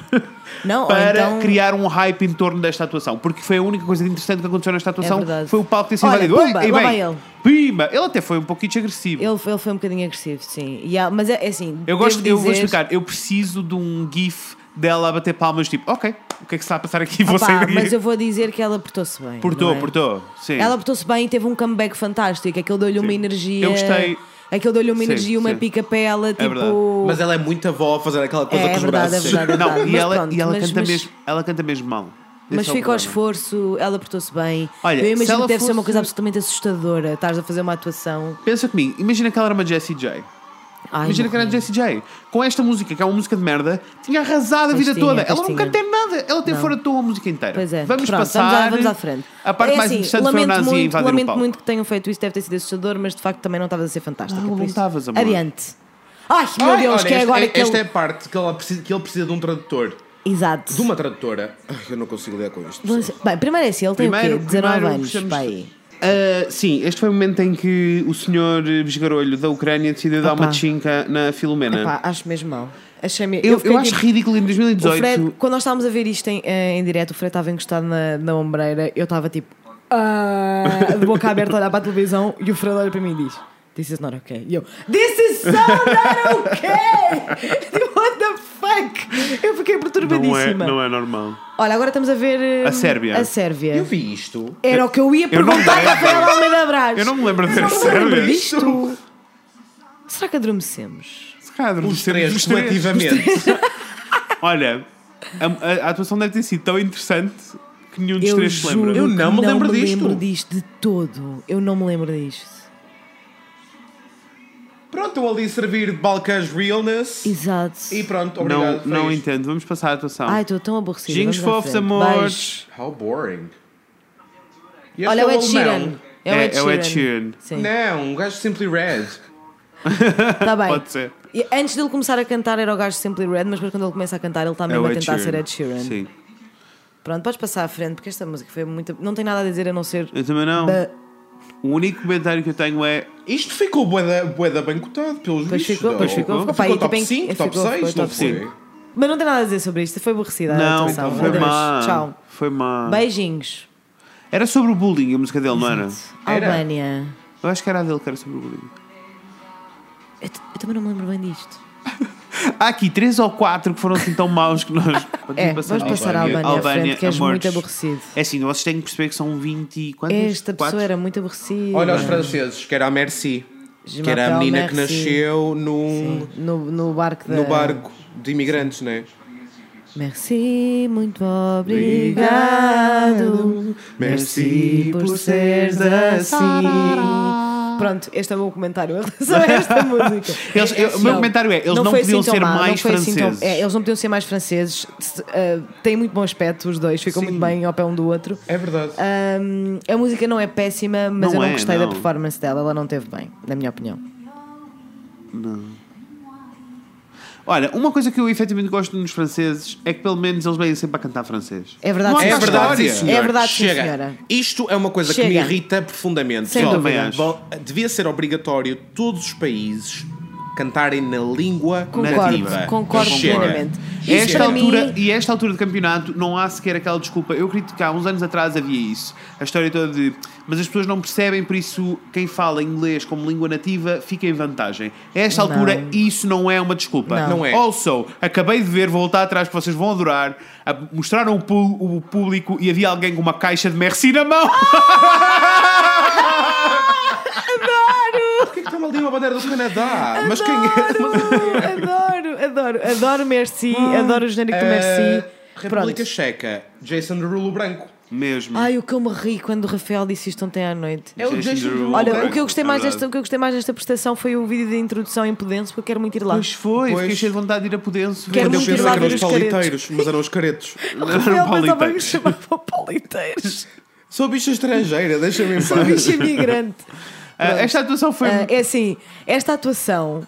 Speaker 1: Não, ou
Speaker 2: para
Speaker 1: então-
Speaker 2: criar um hype em torno desta atuação. Porque foi a única coisa interessante que aconteceu nesta atuação.
Speaker 1: É verdade.
Speaker 2: foi o palco ter sido
Speaker 1: Olha,
Speaker 2: invadido.
Speaker 1: pumba,
Speaker 2: Ei,
Speaker 1: lá
Speaker 2: bem,
Speaker 1: vai ele.
Speaker 2: Pimba! Ele até foi um pouquinho agressivo.
Speaker 1: Ele, ele foi um bocadinho agressivo, sim. E há- mas é, é assim.
Speaker 2: Eu gosto,
Speaker 1: devo
Speaker 2: eu vou
Speaker 1: dizer-
Speaker 2: explicar, eu preciso de um GIF dela a bater palmas, tipo, ok, o que é que se está a passar aqui? [laughs] Vou
Speaker 1: Opa,
Speaker 2: sair daqui.
Speaker 1: mas eu vou dizer que ela portou-se bem.
Speaker 2: Portou,
Speaker 1: não é?
Speaker 2: portou, sim.
Speaker 1: Ela portou-se bem e teve um comeback fantástico. Aquilo deu-lhe uma
Speaker 2: Sim.
Speaker 1: energia.
Speaker 2: Eu gostei.
Speaker 1: Aquilo deu-lhe uma
Speaker 2: Sim,
Speaker 1: energia, uma
Speaker 2: sim.
Speaker 1: pica-pela, tipo.
Speaker 2: verdade.
Speaker 3: Mas ela é muito avó a fazer aquela coisa
Speaker 1: É,
Speaker 3: com os
Speaker 1: é verdade,
Speaker 3: braços.
Speaker 1: é verdade.
Speaker 2: Não,
Speaker 1: Mas
Speaker 2: e ela,
Speaker 1: pronto,
Speaker 2: e ela
Speaker 1: mas-
Speaker 2: canta
Speaker 1: mas-
Speaker 2: mesmo, ela canta mesmo mal.
Speaker 1: Mas
Speaker 2: Esse é o
Speaker 1: fica ao
Speaker 2: problema.
Speaker 1: esforço, ela portou-se bem.
Speaker 2: Olha,
Speaker 1: eu
Speaker 2: se
Speaker 1: imagino
Speaker 2: ela
Speaker 1: que deve ser uma
Speaker 2: fosse-
Speaker 1: coisa absolutamente assustadora. Estás a fazer uma atuação.
Speaker 2: Pensa comigo, imagina que ela era uma Jessie J.
Speaker 1: Ai,
Speaker 2: Imagina que era
Speaker 1: morri.
Speaker 2: uma Jessie J. Com esta música, que é uma música de merda, tinha arrasado a
Speaker 1: Pois
Speaker 2: vida
Speaker 1: tinha,
Speaker 2: toda.
Speaker 1: pois
Speaker 2: Ela não
Speaker 1: tinha.
Speaker 2: canta em nada, ela teve
Speaker 1: Não.
Speaker 2: fora de tom a música inteira.
Speaker 1: Pois é.
Speaker 2: Vamos
Speaker 1: Pronto,
Speaker 2: passar.
Speaker 1: Vamos à, vamos à frente.
Speaker 2: A parte
Speaker 1: É
Speaker 2: mais
Speaker 1: assim,
Speaker 2: interessante foi o
Speaker 1: lamento
Speaker 2: Nazi a
Speaker 1: muito,
Speaker 2: invadir
Speaker 1: Lamento
Speaker 2: o palco.
Speaker 1: muito que tenham feito isso, deve ter sido assustador, mas de facto também não estavas a ser fantástica.
Speaker 2: Ah, Não,
Speaker 1: por
Speaker 2: não
Speaker 1: isso.
Speaker 2: estavas, amor.
Speaker 1: Adiante. Ai, meu
Speaker 3: Ai,
Speaker 1: Deus,
Speaker 3: olha,
Speaker 1: que é
Speaker 3: esta-
Speaker 1: agora
Speaker 3: é-
Speaker 1: que
Speaker 3: Esta
Speaker 1: ele...
Speaker 3: é a parte que, ela precisa, que ele precisa de um tradutor.
Speaker 1: Exato.
Speaker 3: De uma tradutora. Ai, eu não consigo lidar com isto.
Speaker 1: Vamos- Bem, primeiro é assim, ele tem
Speaker 2: Primeiro-
Speaker 1: o quê? 19
Speaker 2: primeiro
Speaker 1: anos.
Speaker 2: precisamos-
Speaker 1: Pai.
Speaker 2: Uh, sim, este foi o momento em que o senhor Bisgarolho da Ucrânia decidiu dar
Speaker 1: Opa.
Speaker 2: uma tchinca na Filomena.
Speaker 1: Epá, acho mesmo mal. Achei me...
Speaker 2: eu eu,
Speaker 1: fiquei
Speaker 2: acho
Speaker 1: tipo-
Speaker 2: ridículo em
Speaker 1: O
Speaker 2: 2018.
Speaker 1: Fred, quando nós estávamos a ver isto em, eh, em direto, o Fred estava encostado na, na ombreira, eu estava tipo, ah, de boca aberta a olhar para a televisão e o Fred olha para mim e diz: This is not okay. E eu: This is so not okay! [laughs] Tipo, What the fuck? Eu fiquei perturbadíssima.
Speaker 2: é normal.
Speaker 1: Olha, agora estamos a ver. eh,
Speaker 2: A Sérvia.
Speaker 1: A
Speaker 3: Eu
Speaker 1: Sérvia.
Speaker 3: vi isto.
Speaker 1: Era o que eu ia
Speaker 2: Eu não
Speaker 1: perguntar
Speaker 2: lembro.
Speaker 1: a Rafael Almeida Brás.
Speaker 2: Eu não me lembro de ver
Speaker 1: Eu não me lembro
Speaker 2: Sérvia.
Speaker 1: disto. Será que adormecemos?
Speaker 2: Se calhar devemos
Speaker 3: Os
Speaker 2: ter-
Speaker 3: três,
Speaker 2: os três.
Speaker 3: coletivamente.
Speaker 2: Olha, a, a- a atuação deve ter sido tão interessante que nenhum dos três se lembra.
Speaker 1: juro
Speaker 3: Eu
Speaker 1: que
Speaker 3: não me lembro disto.
Speaker 1: lembro disto de todo. Eu não me lembro disto.
Speaker 3: Pronto, eu ali servir de Balcãs Realness.
Speaker 1: Exato.
Speaker 3: E pronto,
Speaker 2: não
Speaker 3: obrigado. foi
Speaker 2: não
Speaker 3: isto.
Speaker 2: entendo. Vamos passar à atuação.
Speaker 1: Ai, estou tão aborrecida.
Speaker 2: Jingos
Speaker 1: Vamos à
Speaker 2: fofos,
Speaker 1: frente. Beijos.
Speaker 2: amores.
Speaker 3: How boring. E este
Speaker 1: Olha,
Speaker 3: é
Speaker 1: o Ed
Speaker 3: alemão.
Speaker 1: Sheeran. É o
Speaker 2: É-
Speaker 1: Ed
Speaker 2: é
Speaker 1: Sheeran.
Speaker 2: o Ed Sheeran. Né?
Speaker 1: Sim,
Speaker 3: Não, um gajo de Simply Red.
Speaker 1: está Tá bem.
Speaker 2: Pode ser.
Speaker 1: E antes dele começar a cantar era o gajo Simply Red, mas depois quando ele começa a cantar ele está
Speaker 2: É
Speaker 1: mesmo
Speaker 2: o
Speaker 1: a
Speaker 2: Ed
Speaker 1: tentar
Speaker 2: Sheeran.
Speaker 1: ser Ed Sheeran.
Speaker 2: Sim.
Speaker 1: Pronto, podes passar à frente, porque esta música foi muito. Não tem nada a dizer a não ser. eh,
Speaker 2: Eu também não.
Speaker 1: Ba-
Speaker 2: O único comentário que eu tenho é.
Speaker 3: Isto ficou boeda, boeda bem cotado pelos
Speaker 1: Pois
Speaker 3: bichos.
Speaker 1: ficou,
Speaker 3: não?
Speaker 1: pois ficou, ficou. Pá, e
Speaker 3: top
Speaker 1: tipo em-
Speaker 3: 5, top
Speaker 1: ficou,
Speaker 3: 6,
Speaker 1: ficou
Speaker 3: não
Speaker 1: top
Speaker 3: foi?
Speaker 2: cinco.
Speaker 1: Mas não tem nada a dizer sobre isto, foi aborrecida a
Speaker 2: Não, então
Speaker 1: atuação.
Speaker 2: foi
Speaker 1: Adeus.
Speaker 2: má.
Speaker 1: Tchau.
Speaker 2: Foi má.
Speaker 1: Beijinhos.
Speaker 2: Era sobre o bullying a música dele, não era?
Speaker 3: Era?
Speaker 1: Albânia.
Speaker 2: Eu acho que era a dele que era sobre o bullying.
Speaker 1: Eu, t- eu também não me lembro bem disto.
Speaker 2: Há aqui três ou quatro que foram assim tão maus que
Speaker 1: [laughs]
Speaker 2: nós.
Speaker 1: É, vamos passar à Albânia, à frente, que és
Speaker 2: amores.
Speaker 1: muito aborrecido.
Speaker 2: É assim, vocês têm que perceber que são 20 e quantos?
Speaker 1: Esta
Speaker 2: Quatro?
Speaker 1: pessoa era muito aborrecida.
Speaker 3: Olha os franceses, que era a Merci.
Speaker 1: Je
Speaker 3: que era a
Speaker 1: m'appelle
Speaker 3: menina que
Speaker 1: Merci.
Speaker 3: nasceu num,
Speaker 1: Sim, No, no barco da...
Speaker 3: no barco de imigrantes, não é?
Speaker 1: Merci, muito obrigado.
Speaker 3: Merci por seres assim.
Speaker 1: Pronto, este é o meu comentário [laughs] em relação a esta música.
Speaker 2: é? Eles- eu- o meu comentário é, eles não
Speaker 1: foi
Speaker 2: podiam
Speaker 1: assim tão
Speaker 2: ser
Speaker 1: má, não
Speaker 2: mais
Speaker 1: foi assim tão-
Speaker 2: franceses.
Speaker 1: é, eles não podiam ser mais franceses. Se- ah, têm muito bom aspecto, os dois, ficam
Speaker 3: Sim.
Speaker 1: muito bem ao pé um do outro.
Speaker 3: É verdade.
Speaker 1: Ah, Ahm, a música não é péssima, mas
Speaker 2: Não
Speaker 1: eu não
Speaker 2: é,
Speaker 1: gostei
Speaker 2: não.
Speaker 1: da performance dela, ela não teve bem, na minha opinião.
Speaker 2: Olha, uma coisa que eu efetivamente gosto nos franceses é que pelo menos eles vêm sempre a cantar francês.
Speaker 1: É verdade,
Speaker 2: Não há
Speaker 1: sim,
Speaker 3: É
Speaker 2: cá
Speaker 1: senhora.
Speaker 3: verdade,
Speaker 2: história.
Speaker 3: sim, senhora.
Speaker 1: É verdade, sim,
Speaker 3: Chega.
Speaker 1: senhora.
Speaker 3: Isto é uma coisa que me
Speaker 1: Chega.
Speaker 3: irrita profundamente.
Speaker 1: Sem
Speaker 3: Só-
Speaker 1: dúvida.
Speaker 2: Também acho.
Speaker 3: Bom, devia ser obrigatório todos os países cantarem na língua
Speaker 1: Concordo,
Speaker 3: nativa.
Speaker 1: concordo
Speaker 3: Chega.
Speaker 1: plenamente.
Speaker 2: E
Speaker 1: Isto
Speaker 2: esta
Speaker 1: é para
Speaker 2: altura,
Speaker 1: mim-
Speaker 2: E esta altura do campeonato não há sequer aquela desculpa. Eu critico que há uns anos atrás havia isso. A história toda de. Mas as pessoas não percebem, por isso quem fala inglês como língua nativa fica em vantagem. A esta
Speaker 1: Não.
Speaker 2: altura isso não é uma desculpa.
Speaker 1: Não.
Speaker 3: Não é.
Speaker 2: Also, acabei de ver, vou voltar atrás que vocês vão adorar. a- Mostraram o, pu- o público e havia alguém com uma caixa de merci na
Speaker 1: [laughs]
Speaker 2: mão.
Speaker 3: Porquê que estão ali uma bandeira do Canadá? Mas quem é?
Speaker 1: Adoro, adoro, adoro, adoro Merci, adoro o genérico do
Speaker 3: Eh,
Speaker 1: Merci.
Speaker 3: República
Speaker 1: Pronto.
Speaker 3: Checa, Jason Derulo branco.
Speaker 2: Mesmo.
Speaker 1: Ai, o que eu me ri quando o Rafael disse isto ontem à noite.
Speaker 3: É o
Speaker 2: Jason
Speaker 3: Jason
Speaker 2: Derulo
Speaker 3: Derulo
Speaker 1: Olha,
Speaker 3: branco.
Speaker 1: o que, eu gostei
Speaker 2: É
Speaker 1: mais
Speaker 2: verdade.
Speaker 1: desta, o que eu gostei mais desta prestação foi o vídeo de introdução em Pudense, porque eu quero muito ir lá.
Speaker 2: Pois foi,
Speaker 3: Pois.
Speaker 2: fiquei cheio de vontade de ir a Pudense.
Speaker 1: Quero
Speaker 2: ver.
Speaker 3: Eu
Speaker 1: muito ir
Speaker 3: pensei
Speaker 1: lá
Speaker 3: que eram
Speaker 1: ver
Speaker 3: os
Speaker 1: os caretos.
Speaker 3: paliteiros, mas eram
Speaker 1: [laughs]
Speaker 3: os caretos.
Speaker 1: o Rafael
Speaker 2: [laughs] Paulo
Speaker 1: pensava que me
Speaker 2: Iteiros.
Speaker 1: chamava Pauliteiros.
Speaker 3: Sou bicha estrangeira, deixa-me em
Speaker 1: Sou um
Speaker 3: paz.
Speaker 1: bicho imigrante.
Speaker 2: Ah, esta atuação foi.
Speaker 1: Ah, é assim, esta atuação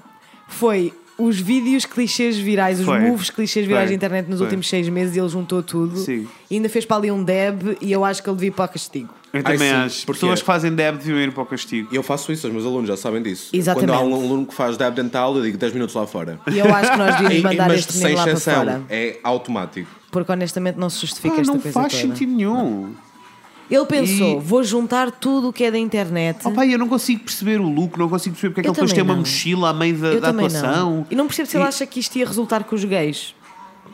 Speaker 1: foi os vídeos clichês virais, os
Speaker 2: Foi.
Speaker 1: moves clichês virais
Speaker 2: Foi.
Speaker 1: da internet nos
Speaker 2: Foi.
Speaker 1: últimos seis meses e ele juntou tudo.
Speaker 2: Sim.
Speaker 1: E ainda fez para ali um deb e eu acho que ele devia ir para o castigo.
Speaker 2: Eu
Speaker 3: Ai,
Speaker 2: também
Speaker 3: sim,
Speaker 2: acho.
Speaker 3: porque-
Speaker 2: Pessoas que fazem deve deviam ir para o castigo.
Speaker 3: E eu faço isso, os meus alunos já sabem disso.
Speaker 1: Exatamente.
Speaker 3: Quando há um aluno que faz dab dental, eu digo 10 minutos lá fora.
Speaker 1: E eu acho que nós
Speaker 3: E-
Speaker 1: devíamos mandar
Speaker 3: mas
Speaker 1: este menino lá para fora.
Speaker 3: é automático.
Speaker 1: Porque honestamente não se justifica
Speaker 2: Ah,
Speaker 1: esta
Speaker 2: não
Speaker 1: coisa
Speaker 2: faz
Speaker 1: toda.
Speaker 2: sentido nenhum.
Speaker 1: Ele pensou,
Speaker 2: E-
Speaker 1: vou juntar tudo o que é da internet.
Speaker 2: Oh, pai, eu não consigo perceber o look, não consigo perceber porque é que
Speaker 1: Eu
Speaker 2: ele depois tem
Speaker 1: também
Speaker 2: uma
Speaker 1: não.
Speaker 2: mochila a meio da,
Speaker 1: eu
Speaker 2: da
Speaker 1: também
Speaker 2: atuação.
Speaker 1: não. E não percebo se ele acha que isto ia resultar com os gays.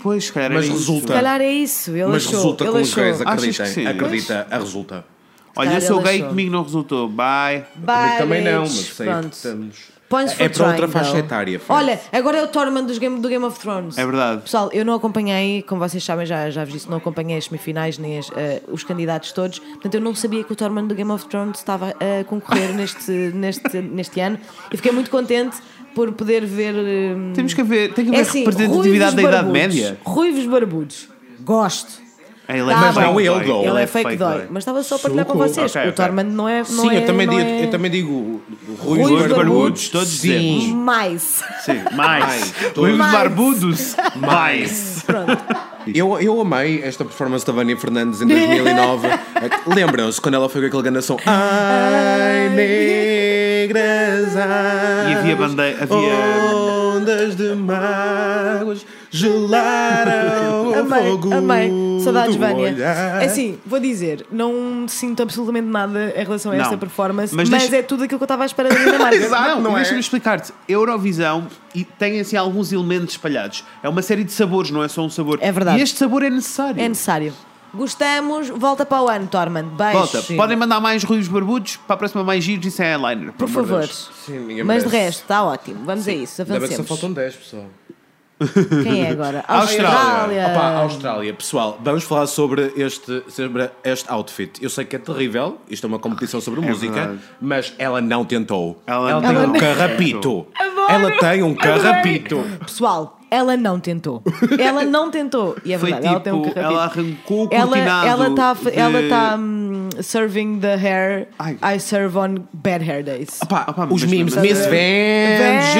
Speaker 2: Pois, se calhar
Speaker 3: Mas
Speaker 2: era isso.
Speaker 1: Se
Speaker 3: resulta.
Speaker 1: calhar é isso. Ele
Speaker 3: Tá. mas
Speaker 1: achou.
Speaker 3: resulta
Speaker 1: ele
Speaker 3: com os
Speaker 1: achou.
Speaker 3: gays,
Speaker 2: Achas que sim?
Speaker 3: acreditem. Acredita, a resulta.
Speaker 2: Olha, eu
Speaker 1: calhar
Speaker 2: sou
Speaker 1: ele
Speaker 2: gay
Speaker 1: achou.
Speaker 2: comigo não resultou. Bye.
Speaker 1: Bye,
Speaker 3: Comigo também não,
Speaker 1: bitch.
Speaker 3: mas sei
Speaker 1: Pronto.
Speaker 3: que estamos.
Speaker 1: Points
Speaker 3: É
Speaker 1: for
Speaker 3: para outra
Speaker 1: trying,
Speaker 3: faixa
Speaker 1: though.
Speaker 3: etária, foi.
Speaker 1: Olha, agora é o Tormund dos Game, do Game of Thrones.
Speaker 2: É verdade.
Speaker 1: Pessoal, eu não acompanhei, como vocês sabem, já, já vos disse, não acompanhei as semifinais nem as, eh, os candidatos todos. Portanto, eu não sabia que o Tormund do Game of Thrones estava a
Speaker 2: [laughs]
Speaker 1: concorrer neste, neste, neste ano. E fiquei muito contente por poder ver. eh,
Speaker 2: Temos que haver, tem que haver
Speaker 1: é assim,
Speaker 2: representatividade
Speaker 1: ruivos
Speaker 2: da Idade
Speaker 1: barbudos.
Speaker 2: Média.
Speaker 1: Ruivos barbudos. Gosto.
Speaker 2: É, ele
Speaker 1: Tá
Speaker 2: fake
Speaker 1: bem. Mas não
Speaker 2: dói.
Speaker 3: ele, dói.
Speaker 1: Ele, é fake dói. Mas estava só a partilhar com
Speaker 3: Socorro.
Speaker 1: vocês.
Speaker 2: Ok,
Speaker 1: o
Speaker 2: ok.
Speaker 1: Tormund não é. Não
Speaker 3: Sim,
Speaker 1: é,
Speaker 3: eu, também
Speaker 1: não
Speaker 3: digo,
Speaker 1: é...
Speaker 3: eu também digo Rui,
Speaker 1: Ruivos
Speaker 2: Ruivos barbudos,
Speaker 1: barbudos,
Speaker 2: todos
Speaker 3: sim.
Speaker 2: dizemos.
Speaker 1: Mais. [laughs]
Speaker 2: Sim, mais.
Speaker 3: Mais.
Speaker 2: Ruivos
Speaker 1: Mais.
Speaker 2: barbudos, mais.
Speaker 1: Pronto.
Speaker 3: Eu, eu amei esta performance da Vânia Fernandes
Speaker 1: [laughs]
Speaker 3: em 2009. Lembram-se quando ela foi com aquele grande som? Ai, negras, ai,
Speaker 2: E havia bandeira-
Speaker 1: Oh.
Speaker 2: havia-
Speaker 3: Ondas de mágoas
Speaker 2: [laughs]
Speaker 3: gelaram o
Speaker 1: Amei,
Speaker 3: fogo
Speaker 1: amei. Saudades,
Speaker 3: do
Speaker 1: Vânia.
Speaker 3: olhar.
Speaker 1: É Assim, vou dizer, não sinto absolutamente nada em relação a
Speaker 2: Não.
Speaker 1: esta performance,
Speaker 2: Mas
Speaker 1: mas,
Speaker 2: deixa-
Speaker 1: é tudo aquilo que eu estava à espera da Dinamarca.
Speaker 2: [laughs] Exato, não,
Speaker 3: não
Speaker 2: e
Speaker 3: é?
Speaker 2: deixa-me explicar-te. Eurovisão e tem assim alguns elementos espalhados. É uma série de sabores, não é só um sabor.
Speaker 1: É verdade.
Speaker 2: E este sabor é necessário.
Speaker 1: É necessário. Gostamos, volta para o ano, Tormund. Beijo.
Speaker 2: Volta, podem mandar mais ruivos barbudos para a próxima mais giros e sem eyeliner.
Speaker 1: Por favor.
Speaker 3: Sim, ninguém
Speaker 1: mas de
Speaker 3: merece.
Speaker 1: resto, está ótimo. Vamos a isso,
Speaker 3: Ainda bem que só
Speaker 1: avancemos.
Speaker 3: faltam 10, pessoal.
Speaker 1: Quem é agora?
Speaker 2: Austrália.
Speaker 3: Opa, [laughs] Austrália, pessoal, vamos falar sobre este, sobre este outfit. Eu sei que é terrível, isto é uma competição sobre música,
Speaker 2: verdade.
Speaker 3: mas ela não tentou.
Speaker 2: Ela não
Speaker 3: tem um
Speaker 2: tentou.
Speaker 3: carrapito. Ela tem um carrapito.
Speaker 1: Pessoal, ela não tentou. Ela não tentou. E é
Speaker 2: Foi
Speaker 1: verdade, ela tem um
Speaker 2: tipo,
Speaker 1: carrapito.
Speaker 2: ela arrancou o cortinado
Speaker 1: Ela está
Speaker 2: de-
Speaker 1: ela tá, hum, serving the hair
Speaker 2: Ai.
Speaker 1: I serve on bad hair days.
Speaker 3: Opa,
Speaker 2: Opa,
Speaker 3: os
Speaker 2: mas- assim.
Speaker 3: memes,
Speaker 2: mas-
Speaker 3: Miss Vanjie.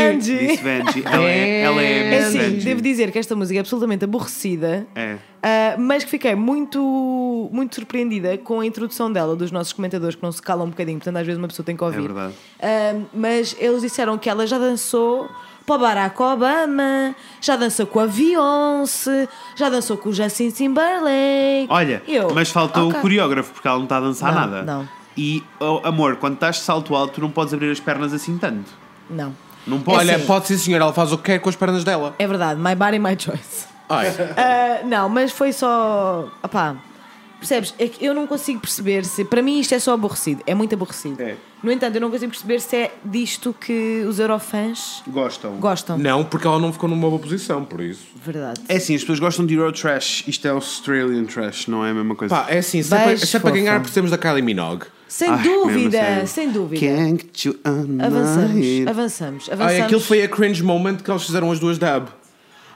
Speaker 1: Vanjie.
Speaker 2: Miss Vanjie. Ela é, ela é
Speaker 1: É
Speaker 2: Miss
Speaker 1: assim,
Speaker 2: Vanjie.
Speaker 1: devo dizer que esta música é absolutamente aborrecida,
Speaker 2: É.
Speaker 1: ah, mas que fiquei muito, muito surpreendida com a introdução dela, dos nossos comentadores que não se calam um bocadinho, portanto às vezes uma pessoa tem que ouvir.
Speaker 2: É verdade.
Speaker 1: Ah, mas eles disseram que ela já dançou para o Barack Obama, já dançou com a Beyoncé, já dançou com o Justin Timberlake.
Speaker 2: Olha,
Speaker 1: Eu,
Speaker 2: mas faltou
Speaker 1: ok.
Speaker 2: o coreógrafo porque ela não está a dançar
Speaker 1: Não,
Speaker 2: nada.
Speaker 1: não.
Speaker 2: E, oh, amor, quando estás de salto alto, tu não podes abrir as pernas assim tanto.
Speaker 1: Não.
Speaker 2: Não podes.
Speaker 3: Olha,
Speaker 1: assim.
Speaker 3: pode sim, senhor, ela faz o que quer com as pernas dela.
Speaker 1: É verdade, my body, my choice.
Speaker 3: Ai,
Speaker 1: Ah, não, mas foi só. Opá, percebes? É que eu não consigo perceber se. Para mim isto é só aborrecido, é muito aborrecido.
Speaker 2: É.
Speaker 1: No entanto, eu não consigo perceber se é disto que os Eurofãs
Speaker 2: Gostam.
Speaker 1: gostam.
Speaker 3: não, porque ela não ficou numa boa posição, por isso.
Speaker 1: Verdade.
Speaker 2: É assim, as pessoas gostam de Euro Trash. Isto é Australian Trash, não é a mesma coisa. é
Speaker 3: Pá, é assim, se é para-
Speaker 1: Beijo,
Speaker 3: se é para
Speaker 1: fofa.
Speaker 3: ganhar, precisamos da Kylie Minogue.
Speaker 1: Sem
Speaker 2: Ai, Ah, mesmo
Speaker 1: dúvida,
Speaker 2: assim.
Speaker 1: sem dúvida.
Speaker 2: Can't get you on my
Speaker 1: Avançamos,
Speaker 2: head.
Speaker 1: avançamos, avançamos.
Speaker 3: Ai, aquilo foi a cringe moment que eles fizeram as duas dab.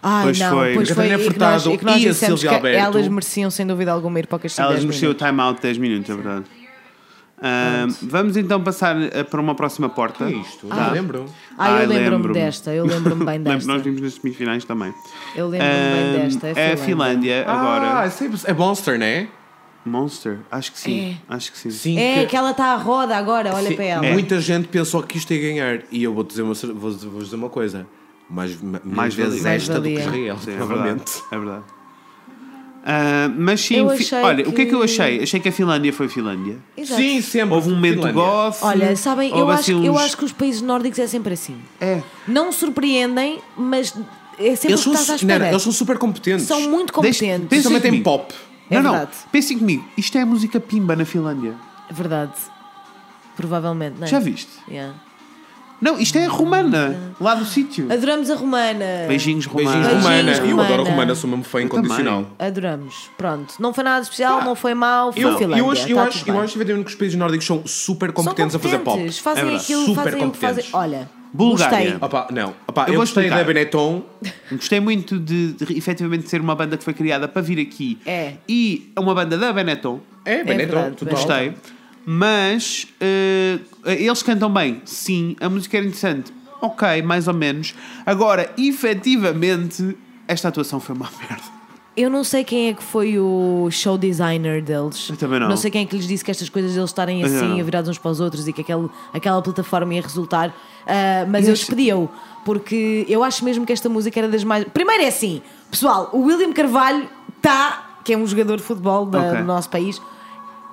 Speaker 1: Ai,
Speaker 2: Pois
Speaker 1: não,
Speaker 2: foi.
Speaker 1: pois foi.
Speaker 3: Catarina
Speaker 1: E que nós, e que nós
Speaker 3: Furtado e a
Speaker 1: dissemos que
Speaker 3: Silvia Alberto.
Speaker 1: elas mereciam, sem dúvida alguma, ir para o Castelo
Speaker 2: Elas
Speaker 1: 10
Speaker 2: mexeu o
Speaker 1: minutos.
Speaker 2: time out 10 minutos, é verdade. Ah, vamos então passar eh, para uma próxima porta.
Speaker 3: Que é isto? Não lembro.
Speaker 1: Ai,
Speaker 2: Ai,
Speaker 1: Ah. eu lembro-me
Speaker 2: lembro-me.
Speaker 1: desta, eu lembro-me bem
Speaker 2: Lembro,
Speaker 1: desta.
Speaker 2: nós vimos nas semifinais também.
Speaker 1: Eu lembro-me bem
Speaker 2: Ah,
Speaker 1: desta, é
Speaker 2: É a
Speaker 1: Finlândia.
Speaker 2: Finlândia
Speaker 3: Ah,
Speaker 2: agora.
Speaker 3: isso é, é Monster, né?
Speaker 2: Monster, acho que sim. Acho que sim.
Speaker 3: Sim.
Speaker 1: É,
Speaker 3: que-
Speaker 1: que ela está à roda agora, olha
Speaker 3: sim, é.
Speaker 1: para ela.
Speaker 3: Muita gente pensou que isto ia ganhar. E eu vou dizer uma, cer- vou, vou dizer uma coisa. Mais, ma- mais vezes
Speaker 2: valia.
Speaker 3: esta do que
Speaker 1: Mais valia.
Speaker 3: Israel,
Speaker 2: Sim, é verdade.
Speaker 3: provavelmente.
Speaker 2: É verdade. Ah, mas sim,
Speaker 1: Eu
Speaker 2: fi-
Speaker 1: achei
Speaker 2: olha, o que é que eu
Speaker 1: que-
Speaker 2: achei? Achei que a Finlândia foi Finlândia.
Speaker 1: Exato.
Speaker 3: Sim, sempre.
Speaker 2: Houve um momento
Speaker 3: Finlândia.
Speaker 2: goth.
Speaker 1: Olha, sabem, eu
Speaker 2: houve
Speaker 1: acho,
Speaker 2: assim
Speaker 1: eu
Speaker 2: uns-
Speaker 1: acho que os países nórdicos é sempre assim.
Speaker 2: É.
Speaker 1: Não surpreendem, mas é sempre
Speaker 3: Eles
Speaker 1: o que
Speaker 3: são,
Speaker 1: estás à
Speaker 3: su- não, não,
Speaker 1: espera.
Speaker 3: eles são super competentes.
Speaker 1: São muito
Speaker 2: Deixa-
Speaker 1: competentes.
Speaker 2: pensa
Speaker 3: Também tem
Speaker 2: comigo.
Speaker 3: pop.
Speaker 1: É
Speaker 2: não,
Speaker 1: verdade.
Speaker 2: não, pensem comigo, isto é a música pimba na Finlândia.
Speaker 1: É Verdade. Provavelmente, não é?
Speaker 2: Já viste?
Speaker 1: Yeah.
Speaker 2: Não, isto é a romana, lá do sítio.
Speaker 1: Adoramos a romana.
Speaker 2: Beijinhos romanos.
Speaker 3: Beijinhos
Speaker 1: É. Beijinhos,
Speaker 3: romana. Eu adoro
Speaker 1: Romana.
Speaker 3: romana, sou mesmo fã incondicional.
Speaker 2: também.
Speaker 1: Adoramos. Pronto. Não foi nada especial,
Speaker 3: Pá,
Speaker 1: não foi mal, foi
Speaker 3: Eu,
Speaker 1: Finlândia.
Speaker 3: eu acho, eu
Speaker 1: tá
Speaker 3: acho,
Speaker 1: tudo
Speaker 3: eu
Speaker 1: bem.
Speaker 3: acho efetivamente que os países nórdicos são super
Speaker 1: São
Speaker 3: competentes, a fazer pop.
Speaker 1: competentes, Fazem
Speaker 2: É verdade.
Speaker 1: aquilo,
Speaker 3: Super
Speaker 1: fazem o que fazem.
Speaker 3: competentes.
Speaker 1: Olha,
Speaker 2: Bulgária.
Speaker 1: gostei.
Speaker 3: Opa, não. Opa,
Speaker 2: Eu
Speaker 3: eu,
Speaker 2: vou
Speaker 3: gostei da
Speaker 2: explicar.
Speaker 3: Benetton.
Speaker 2: Gostei muito de, de efetivamente ser uma banda que foi criada para vir aqui
Speaker 1: É.
Speaker 2: e é uma banda da Benetton.
Speaker 3: É, Benetton,
Speaker 1: verdade,
Speaker 3: total.
Speaker 1: Benetton.
Speaker 2: Gostei. Mas eh, eles cantam bem, sim. A música era interessante, ok, mais ou menos. Agora, efetivamente, esta atuação foi uma [laughs] merda.
Speaker 1: Eu não sei quem é que foi o show designer deles.
Speaker 2: Eu também não.
Speaker 1: Não sei quem é que lhes disse que estas coisas deles estarem assim,
Speaker 2: não.
Speaker 1: virados uns para os outros e que aquele, aquela plataforma ia resultar. Ah, mas eu despedi-o, porque eu acho mesmo que esta música era das mais. Primeiro é assim, pessoal, o William Carvalho está, que é um jogador de futebol da-
Speaker 2: Ok.
Speaker 1: do nosso país,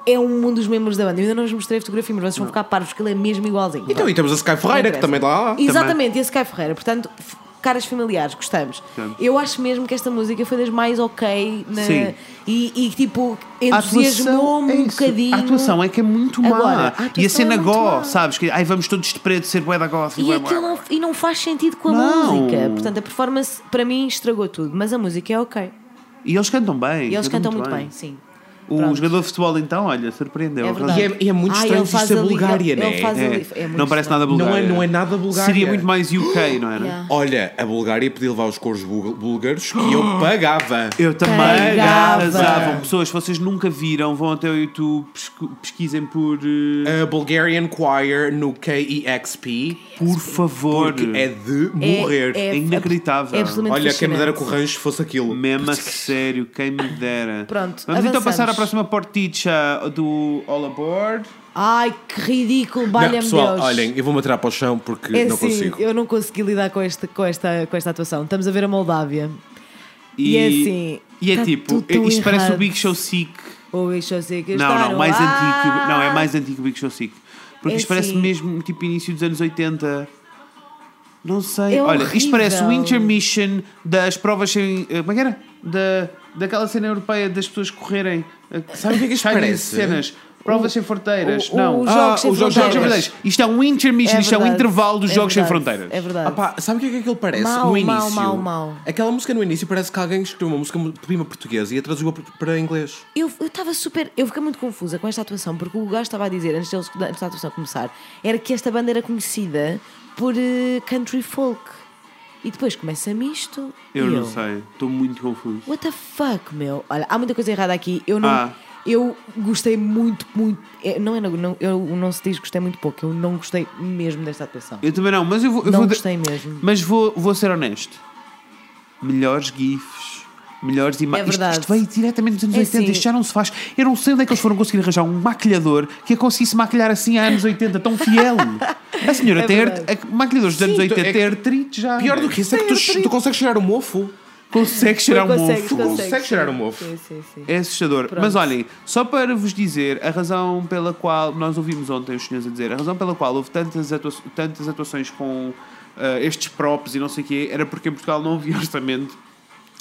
Speaker 1: é um dos membros da banda. Eu ainda não vos mostrei a fotografia, mas vocês vão ficar parvos, porque ele é mesmo igualzinho.
Speaker 3: Então, e temos a Sky Ferreira, que
Speaker 1: Não interessa.
Speaker 3: também está lá.
Speaker 1: Exatamente, esse Caio Ferreira. Portanto, f- caras familiares, gostamos.
Speaker 2: Gostamos.
Speaker 1: Eu acho mesmo que esta música foi das mais ok na-
Speaker 2: Sim.
Speaker 1: E, e, tipo,
Speaker 2: A atuação
Speaker 1: entusiasmou-me
Speaker 2: é
Speaker 1: um
Speaker 2: isso.
Speaker 1: bocadinho.
Speaker 2: A atuação é que é muito má.
Speaker 1: Agora, a atuação
Speaker 2: e a cena
Speaker 1: é muito
Speaker 2: gó,
Speaker 1: má.
Speaker 2: sabes? Que, ai, vamos todos de preto ser bué da goth.
Speaker 1: E
Speaker 2: bué,
Speaker 1: aquilo
Speaker 2: bué,
Speaker 1: não, e não faz sentido com a
Speaker 2: Não.
Speaker 1: música. Portanto, a performance para mim estragou tudo, mas a música é ok.
Speaker 2: bué. E eles cantam bem.
Speaker 1: E eles cantam muito bem, sim.
Speaker 2: O
Speaker 1: Pronto.
Speaker 2: jogador de futebol, então, olha, surpreendeu.
Speaker 1: É
Speaker 3: E
Speaker 1: verdade.
Speaker 3: é, e é muito
Speaker 1: Ah,
Speaker 3: estranho
Speaker 1: ele
Speaker 3: isto
Speaker 1: faz
Speaker 3: ser
Speaker 1: ali-
Speaker 3: Bulgária,
Speaker 1: ele-
Speaker 3: né?
Speaker 1: ele faz
Speaker 2: É.
Speaker 1: ali- é muito
Speaker 2: não parece
Speaker 1: estranho.
Speaker 2: nada
Speaker 3: Não é-
Speaker 2: Bulgária.
Speaker 3: não é nada Bulgária.
Speaker 2: Seria muito
Speaker 3: [gasps]
Speaker 2: mais UK, não era?
Speaker 1: Yeah.
Speaker 3: Olha, a Bulgária podia levar os coros bul- búlgaros que
Speaker 2: [gasps]
Speaker 3: eu pagava.
Speaker 2: Eu também.
Speaker 1: Pagava.
Speaker 2: Arrasavam. Pessoas, vocês nunca viram, vão até o YouTube, pesqu- pesquisem por. eh,
Speaker 3: A Bulgarian Choir no KEXP,
Speaker 2: por favor.
Speaker 3: É porque é de morrer.
Speaker 1: é-
Speaker 2: É inacreditável.
Speaker 1: é absolutamente
Speaker 3: Olha, quem me dera que o
Speaker 1: fascinante.
Speaker 3: rancho fosse aquilo.
Speaker 2: Mesmo a sério, quem me dera.
Speaker 1: Pronto,
Speaker 2: Vamos então
Speaker 1: avançamos.
Speaker 2: passar à próxima porticha do All Aboard.
Speaker 1: Ai, que ridículo,
Speaker 3: Não,
Speaker 1: balha-me
Speaker 3: pessoal,
Speaker 1: Deus.
Speaker 3: olhem, eu vou-me atirar para o chão porque
Speaker 1: É
Speaker 3: não
Speaker 1: assim,
Speaker 3: consigo.
Speaker 1: eu não consegui lidar com, este, com, esta, com esta atuação. Estamos a ver a Moldávia. E, é assim.
Speaker 2: E é
Speaker 1: tá
Speaker 2: tipo,
Speaker 1: tudo tão
Speaker 2: isto parece o
Speaker 1: errado.
Speaker 2: Big Show Sick.
Speaker 1: Ou eu só sei que
Speaker 2: Não,
Speaker 1: estar
Speaker 2: não, mais
Speaker 1: no ar.
Speaker 2: antigo. Não, é mais antigo o Big Show Sick. Porque
Speaker 1: É
Speaker 2: isto parece
Speaker 1: assim.
Speaker 2: mesmo tipo início dos anos 80. Não sei.
Speaker 1: É
Speaker 2: Olha, isto
Speaker 1: horrível.
Speaker 2: parece o intermission das provas sem. eh, Como é que era? Da, daquela cena europeia das pessoas correrem. eh,
Speaker 3: Sabe o que é que isto
Speaker 2: saem
Speaker 3: parece?
Speaker 2: cenas. Provas sem fronteiras.
Speaker 1: o- o-
Speaker 2: não.
Speaker 1: os
Speaker 2: Ah,
Speaker 1: Jogos Sem
Speaker 2: os Jogos Sem
Speaker 1: Fronteiras.
Speaker 2: Fronteiras. Isto é um intermission, isto é um
Speaker 1: verdade.
Speaker 2: intervalo dos
Speaker 1: É
Speaker 2: Jogos Sem
Speaker 1: verdade.
Speaker 2: Fronteiras.
Speaker 1: É verdade.
Speaker 3: Ah pá, sabe o que é que aquilo parece?
Speaker 1: Mau,
Speaker 3: no
Speaker 1: mau,
Speaker 3: início.
Speaker 1: mau, mau.
Speaker 3: Aquela música no início parece que alguém escreveu uma música prima portuguesa e a traduziu para inglês.
Speaker 1: Eu eu estava super. Eu fiquei muito confusa com esta atuação, porque o gajo estava a dizer, antes, deles, antes da atuação começar, era que esta banda era conhecida por eh, country folk. E depois começa misto.
Speaker 2: Eu
Speaker 1: e
Speaker 2: não sei, estou muito confuso.
Speaker 1: What the fuck, meu? Olha, há muita coisa errada aqui. Eu não.
Speaker 2: Ah.
Speaker 1: Eu gostei muito, muito. eh, Não é, não, não- eu não se diz gostei muito pouco. Eu não gostei mesmo desta atuação.
Speaker 2: Eu também não, mas eu vou. Eu
Speaker 1: Não
Speaker 2: vou
Speaker 1: gostei mesmo.
Speaker 2: Mas vou, vou ser honesto. Melhores GIFs, melhores imagens. Isto-
Speaker 1: É verdade.
Speaker 2: Isto, veio diretamente dos anos
Speaker 1: É
Speaker 2: 80,
Speaker 1: assim.
Speaker 2: isto já não se faz. Eu não sei onde é que eles foram conseguir arranjar um maquilhador que a conseguisse maquilhar assim há anos 80,
Speaker 1: [laughs]
Speaker 2: tão fiel. A senhora
Speaker 1: É
Speaker 2: tem ar-
Speaker 1: verdade.
Speaker 2: a- maquilhadores dos anos
Speaker 3: Sim, tu-
Speaker 2: 80 tem
Speaker 3: é que-
Speaker 2: artrite
Speaker 1: Ah,
Speaker 2: já.
Speaker 3: Pior do que isso é que tu, tu consegues cheirar o mofo.
Speaker 2: Consegue cheirar um
Speaker 1: Consegues,
Speaker 2: mofo.
Speaker 1: consegues,
Speaker 3: consegue cheirar o mofo.
Speaker 1: Sim, sim, sim.
Speaker 2: É assustador.
Speaker 1: Pronto.
Speaker 2: Mas olhem, só para vos dizer, a razão pela qual nós ouvimos ontem os senhores a dizer, a razão pela qual houve tantas, atua- tantas atuações com ah, estes props e não sei o quê, era porque em Portugal não havia [laughs] orçamento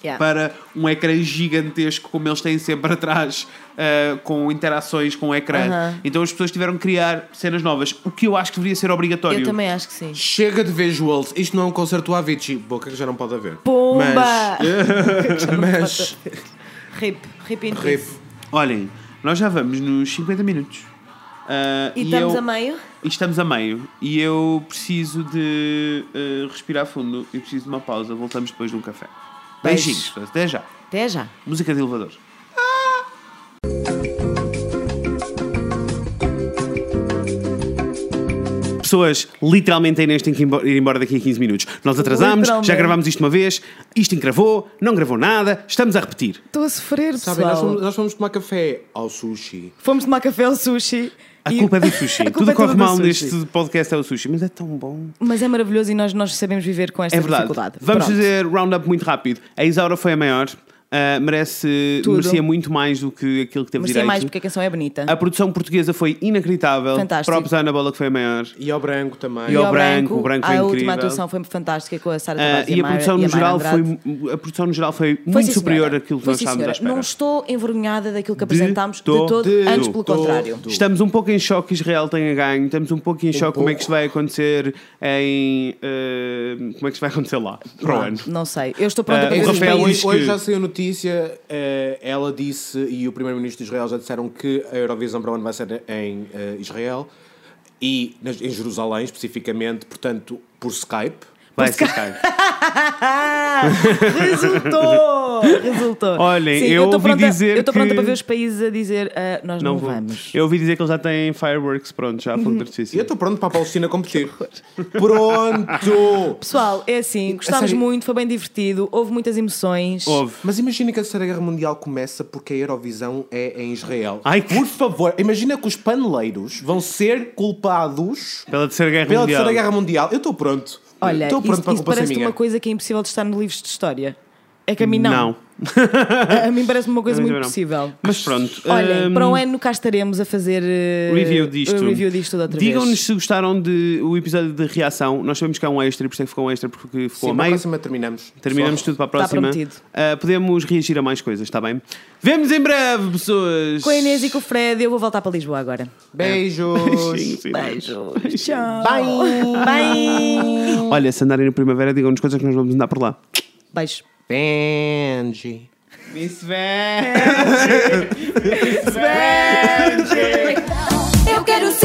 Speaker 1: Yeah.
Speaker 2: para um ecrã gigantesco como eles têm sempre [laughs] atrás, ah, com interações com o ecrã.
Speaker 1: Aham.
Speaker 2: Então as pessoas tiveram que criar cenas novas, o que eu acho que deveria ser obrigatório.
Speaker 1: Eu também acho que sim.
Speaker 3: Chega de visuals. Isto não é um concerto do Avicii. Boca que já não pode haver.
Speaker 1: Pumba! [laughs]
Speaker 3: Mas.
Speaker 1: Rip, rip in
Speaker 3: mas
Speaker 1: peace.
Speaker 3: rip.
Speaker 2: Olhem, nós já vamos nos 50 minutos. Ah,
Speaker 1: E estamos
Speaker 2: eu-
Speaker 1: a meio?
Speaker 2: E estamos a meio e eu preciso de eh, respirar fundo e preciso de uma pausa. Voltamos depois de um café.
Speaker 1: Beijo.
Speaker 2: Beijinhos, até já.
Speaker 1: Até já.
Speaker 2: Música de elevador. Ah! Pessoas, literalmente a Inês tem que imbo- ir embora daqui a 15 minutos. Nós atrasámos, já
Speaker 1: Literalmente.
Speaker 2: gravámos isto uma vez, isto encravou, não gravou nada, estamos a repetir.
Speaker 1: Estou a sofrer, pessoal.
Speaker 3: Sabem, nós fomos, nós fomos tomar café ao sushi.
Speaker 1: Fomos tomar café ao sushi.
Speaker 2: A
Speaker 1: e-
Speaker 2: culpa é do
Speaker 1: [laughs]
Speaker 2: sushi.
Speaker 1: A culpa
Speaker 2: Tudo
Speaker 1: é
Speaker 2: corre
Speaker 1: toda do
Speaker 2: mal
Speaker 1: sushi.
Speaker 2: neste podcast é o sushi, mas é tão bom.
Speaker 1: Mas é maravilhoso e nós, nós sabemos viver com esta
Speaker 2: É verdade.
Speaker 1: dificuldade.
Speaker 2: Vamos
Speaker 1: Pronto.
Speaker 2: fazer roundup muito rápido. A Isaura foi a maior. ah, merece,
Speaker 1: Tudo.
Speaker 2: merecia muito mais do que aquilo que teve
Speaker 1: Merecia
Speaker 2: direito.
Speaker 1: mais porque a canção é bonita.
Speaker 2: A produção portuguesa foi inacreditável.
Speaker 1: Fantástico.
Speaker 2: Próprio Ana Bola que foi a maior.
Speaker 3: E ao branco também.
Speaker 2: E ao- branco, o branco foi
Speaker 1: A última
Speaker 2: incrível.
Speaker 1: atuação foi fantástica com a Sara
Speaker 2: Ah,
Speaker 1: Tavares
Speaker 2: e a
Speaker 1: Mayra-
Speaker 2: produção, no
Speaker 1: Mayra
Speaker 2: geral
Speaker 1: Andrade.
Speaker 2: foi, a produção no geral foi,
Speaker 1: Foi,
Speaker 2: muito
Speaker 1: sim,
Speaker 2: superior
Speaker 1: senhora.
Speaker 2: àquilo que
Speaker 1: Foi,
Speaker 2: nós
Speaker 1: sim,
Speaker 2: estávamos à
Speaker 1: senhora.
Speaker 2: espera.
Speaker 1: Não estou envergonhada daquilo que
Speaker 2: De
Speaker 1: apresentámos de,
Speaker 2: todo,
Speaker 1: todo,
Speaker 2: de
Speaker 1: antes pelo
Speaker 3: todo.
Speaker 1: contrário.
Speaker 3: Do-
Speaker 2: Estamos um pouco em choque que Israel tenha ganho, estamos um pouco em choque como é que isto vai acontecer em. ah, como é que isto vai acontecer lá? Para o ano.
Speaker 1: Não sei. Eu estou pronta
Speaker 2: Ah,
Speaker 1: para
Speaker 2: o
Speaker 3: É
Speaker 1: tudo.
Speaker 3: assim,
Speaker 2: Rafael diz
Speaker 3: hoje,
Speaker 2: que-
Speaker 3: hoje já saiu notícia, eh, ela disse e o primeiro-ministro de Israel já disseram que a Eurovisão para o ano vai ser em eh, Israel e nas- em Jerusalém especificamente, portanto, por Skype.
Speaker 1: [laughs]
Speaker 2: Vai ser caro.
Speaker 1: Ah,
Speaker 2: [laughs]
Speaker 1: Resultou! Resultou.
Speaker 2: Olhem,
Speaker 1: Sim,
Speaker 2: eu
Speaker 1: estou
Speaker 2: ouvi
Speaker 1: pronta-
Speaker 2: dizer
Speaker 1: Eu estou
Speaker 2: que-
Speaker 1: pronta para ver os países a dizer ah, nós não,
Speaker 2: Não vou.
Speaker 1: vamos. Uhum.
Speaker 2: Eu ouvi dizer que eles já têm fireworks pronto, já a fogo de
Speaker 3: E eu
Speaker 2: artifício.
Speaker 3: estou pronto para a Palestina
Speaker 2: [laughs]
Speaker 3: competir. Pronto!
Speaker 1: Pessoal, é assim, gostámos
Speaker 3: sério?
Speaker 1: muito, foi bem divertido, houve muitas emoções.
Speaker 2: Houve.
Speaker 3: Mas imagina que a Terceira Guerra Mundial começa porque a Eurovisão é em Israel.
Speaker 2: Ai, que-
Speaker 3: Por favor, imagina que os paneleiros vão ser culpados
Speaker 2: Pela Terceira Guerra
Speaker 3: pela
Speaker 2: Mundial.
Speaker 3: Terceira Guerra Mundial. Eu estou pronto.
Speaker 1: Olha,
Speaker 3: estou pronto
Speaker 1: isso,
Speaker 3: para a
Speaker 1: isso
Speaker 3: culpa ser
Speaker 1: parece-te
Speaker 3: minha.
Speaker 1: uma coisa que é impossível de estar nos livros de história. É que a mim não. [laughs] A, a mim parece-me uma coisa
Speaker 2: Também
Speaker 1: muito
Speaker 2: não.
Speaker 1: possível.
Speaker 2: Mas pronto.
Speaker 1: Olhem,
Speaker 2: hum,
Speaker 1: para o ano cá estaremos a fazer eh,
Speaker 2: Review disto.
Speaker 1: review disto da outra
Speaker 2: Digam-nos
Speaker 1: vez.
Speaker 2: se gostaram do episódio de reação. Nós sabemos que há um extra e por isso é que ficou um extra porque
Speaker 3: Sim,
Speaker 2: ficou a
Speaker 3: para a
Speaker 2: meio.
Speaker 3: próxima terminamos.
Speaker 2: Terminamos
Speaker 3: Só.
Speaker 2: tudo para a próxima.
Speaker 1: prometido.
Speaker 2: Ah, podemos reagir a mais coisas, está bem? Vemos em breve, pessoas!
Speaker 1: Com a Inês e com o Fred, eu vou voltar para Lisboa agora.
Speaker 3: Beijos. [laughs]
Speaker 2: Beijinhos, Inês.
Speaker 1: Beijos. Tchau.
Speaker 3: Bye.
Speaker 1: Bye.
Speaker 2: Olha, se andarem na primavera, digam-nos coisas que nós vamos andar por lá.
Speaker 1: Beijo.
Speaker 3: Benji.
Speaker 2: Miss
Speaker 5: Eu quero ser. oh, oh, é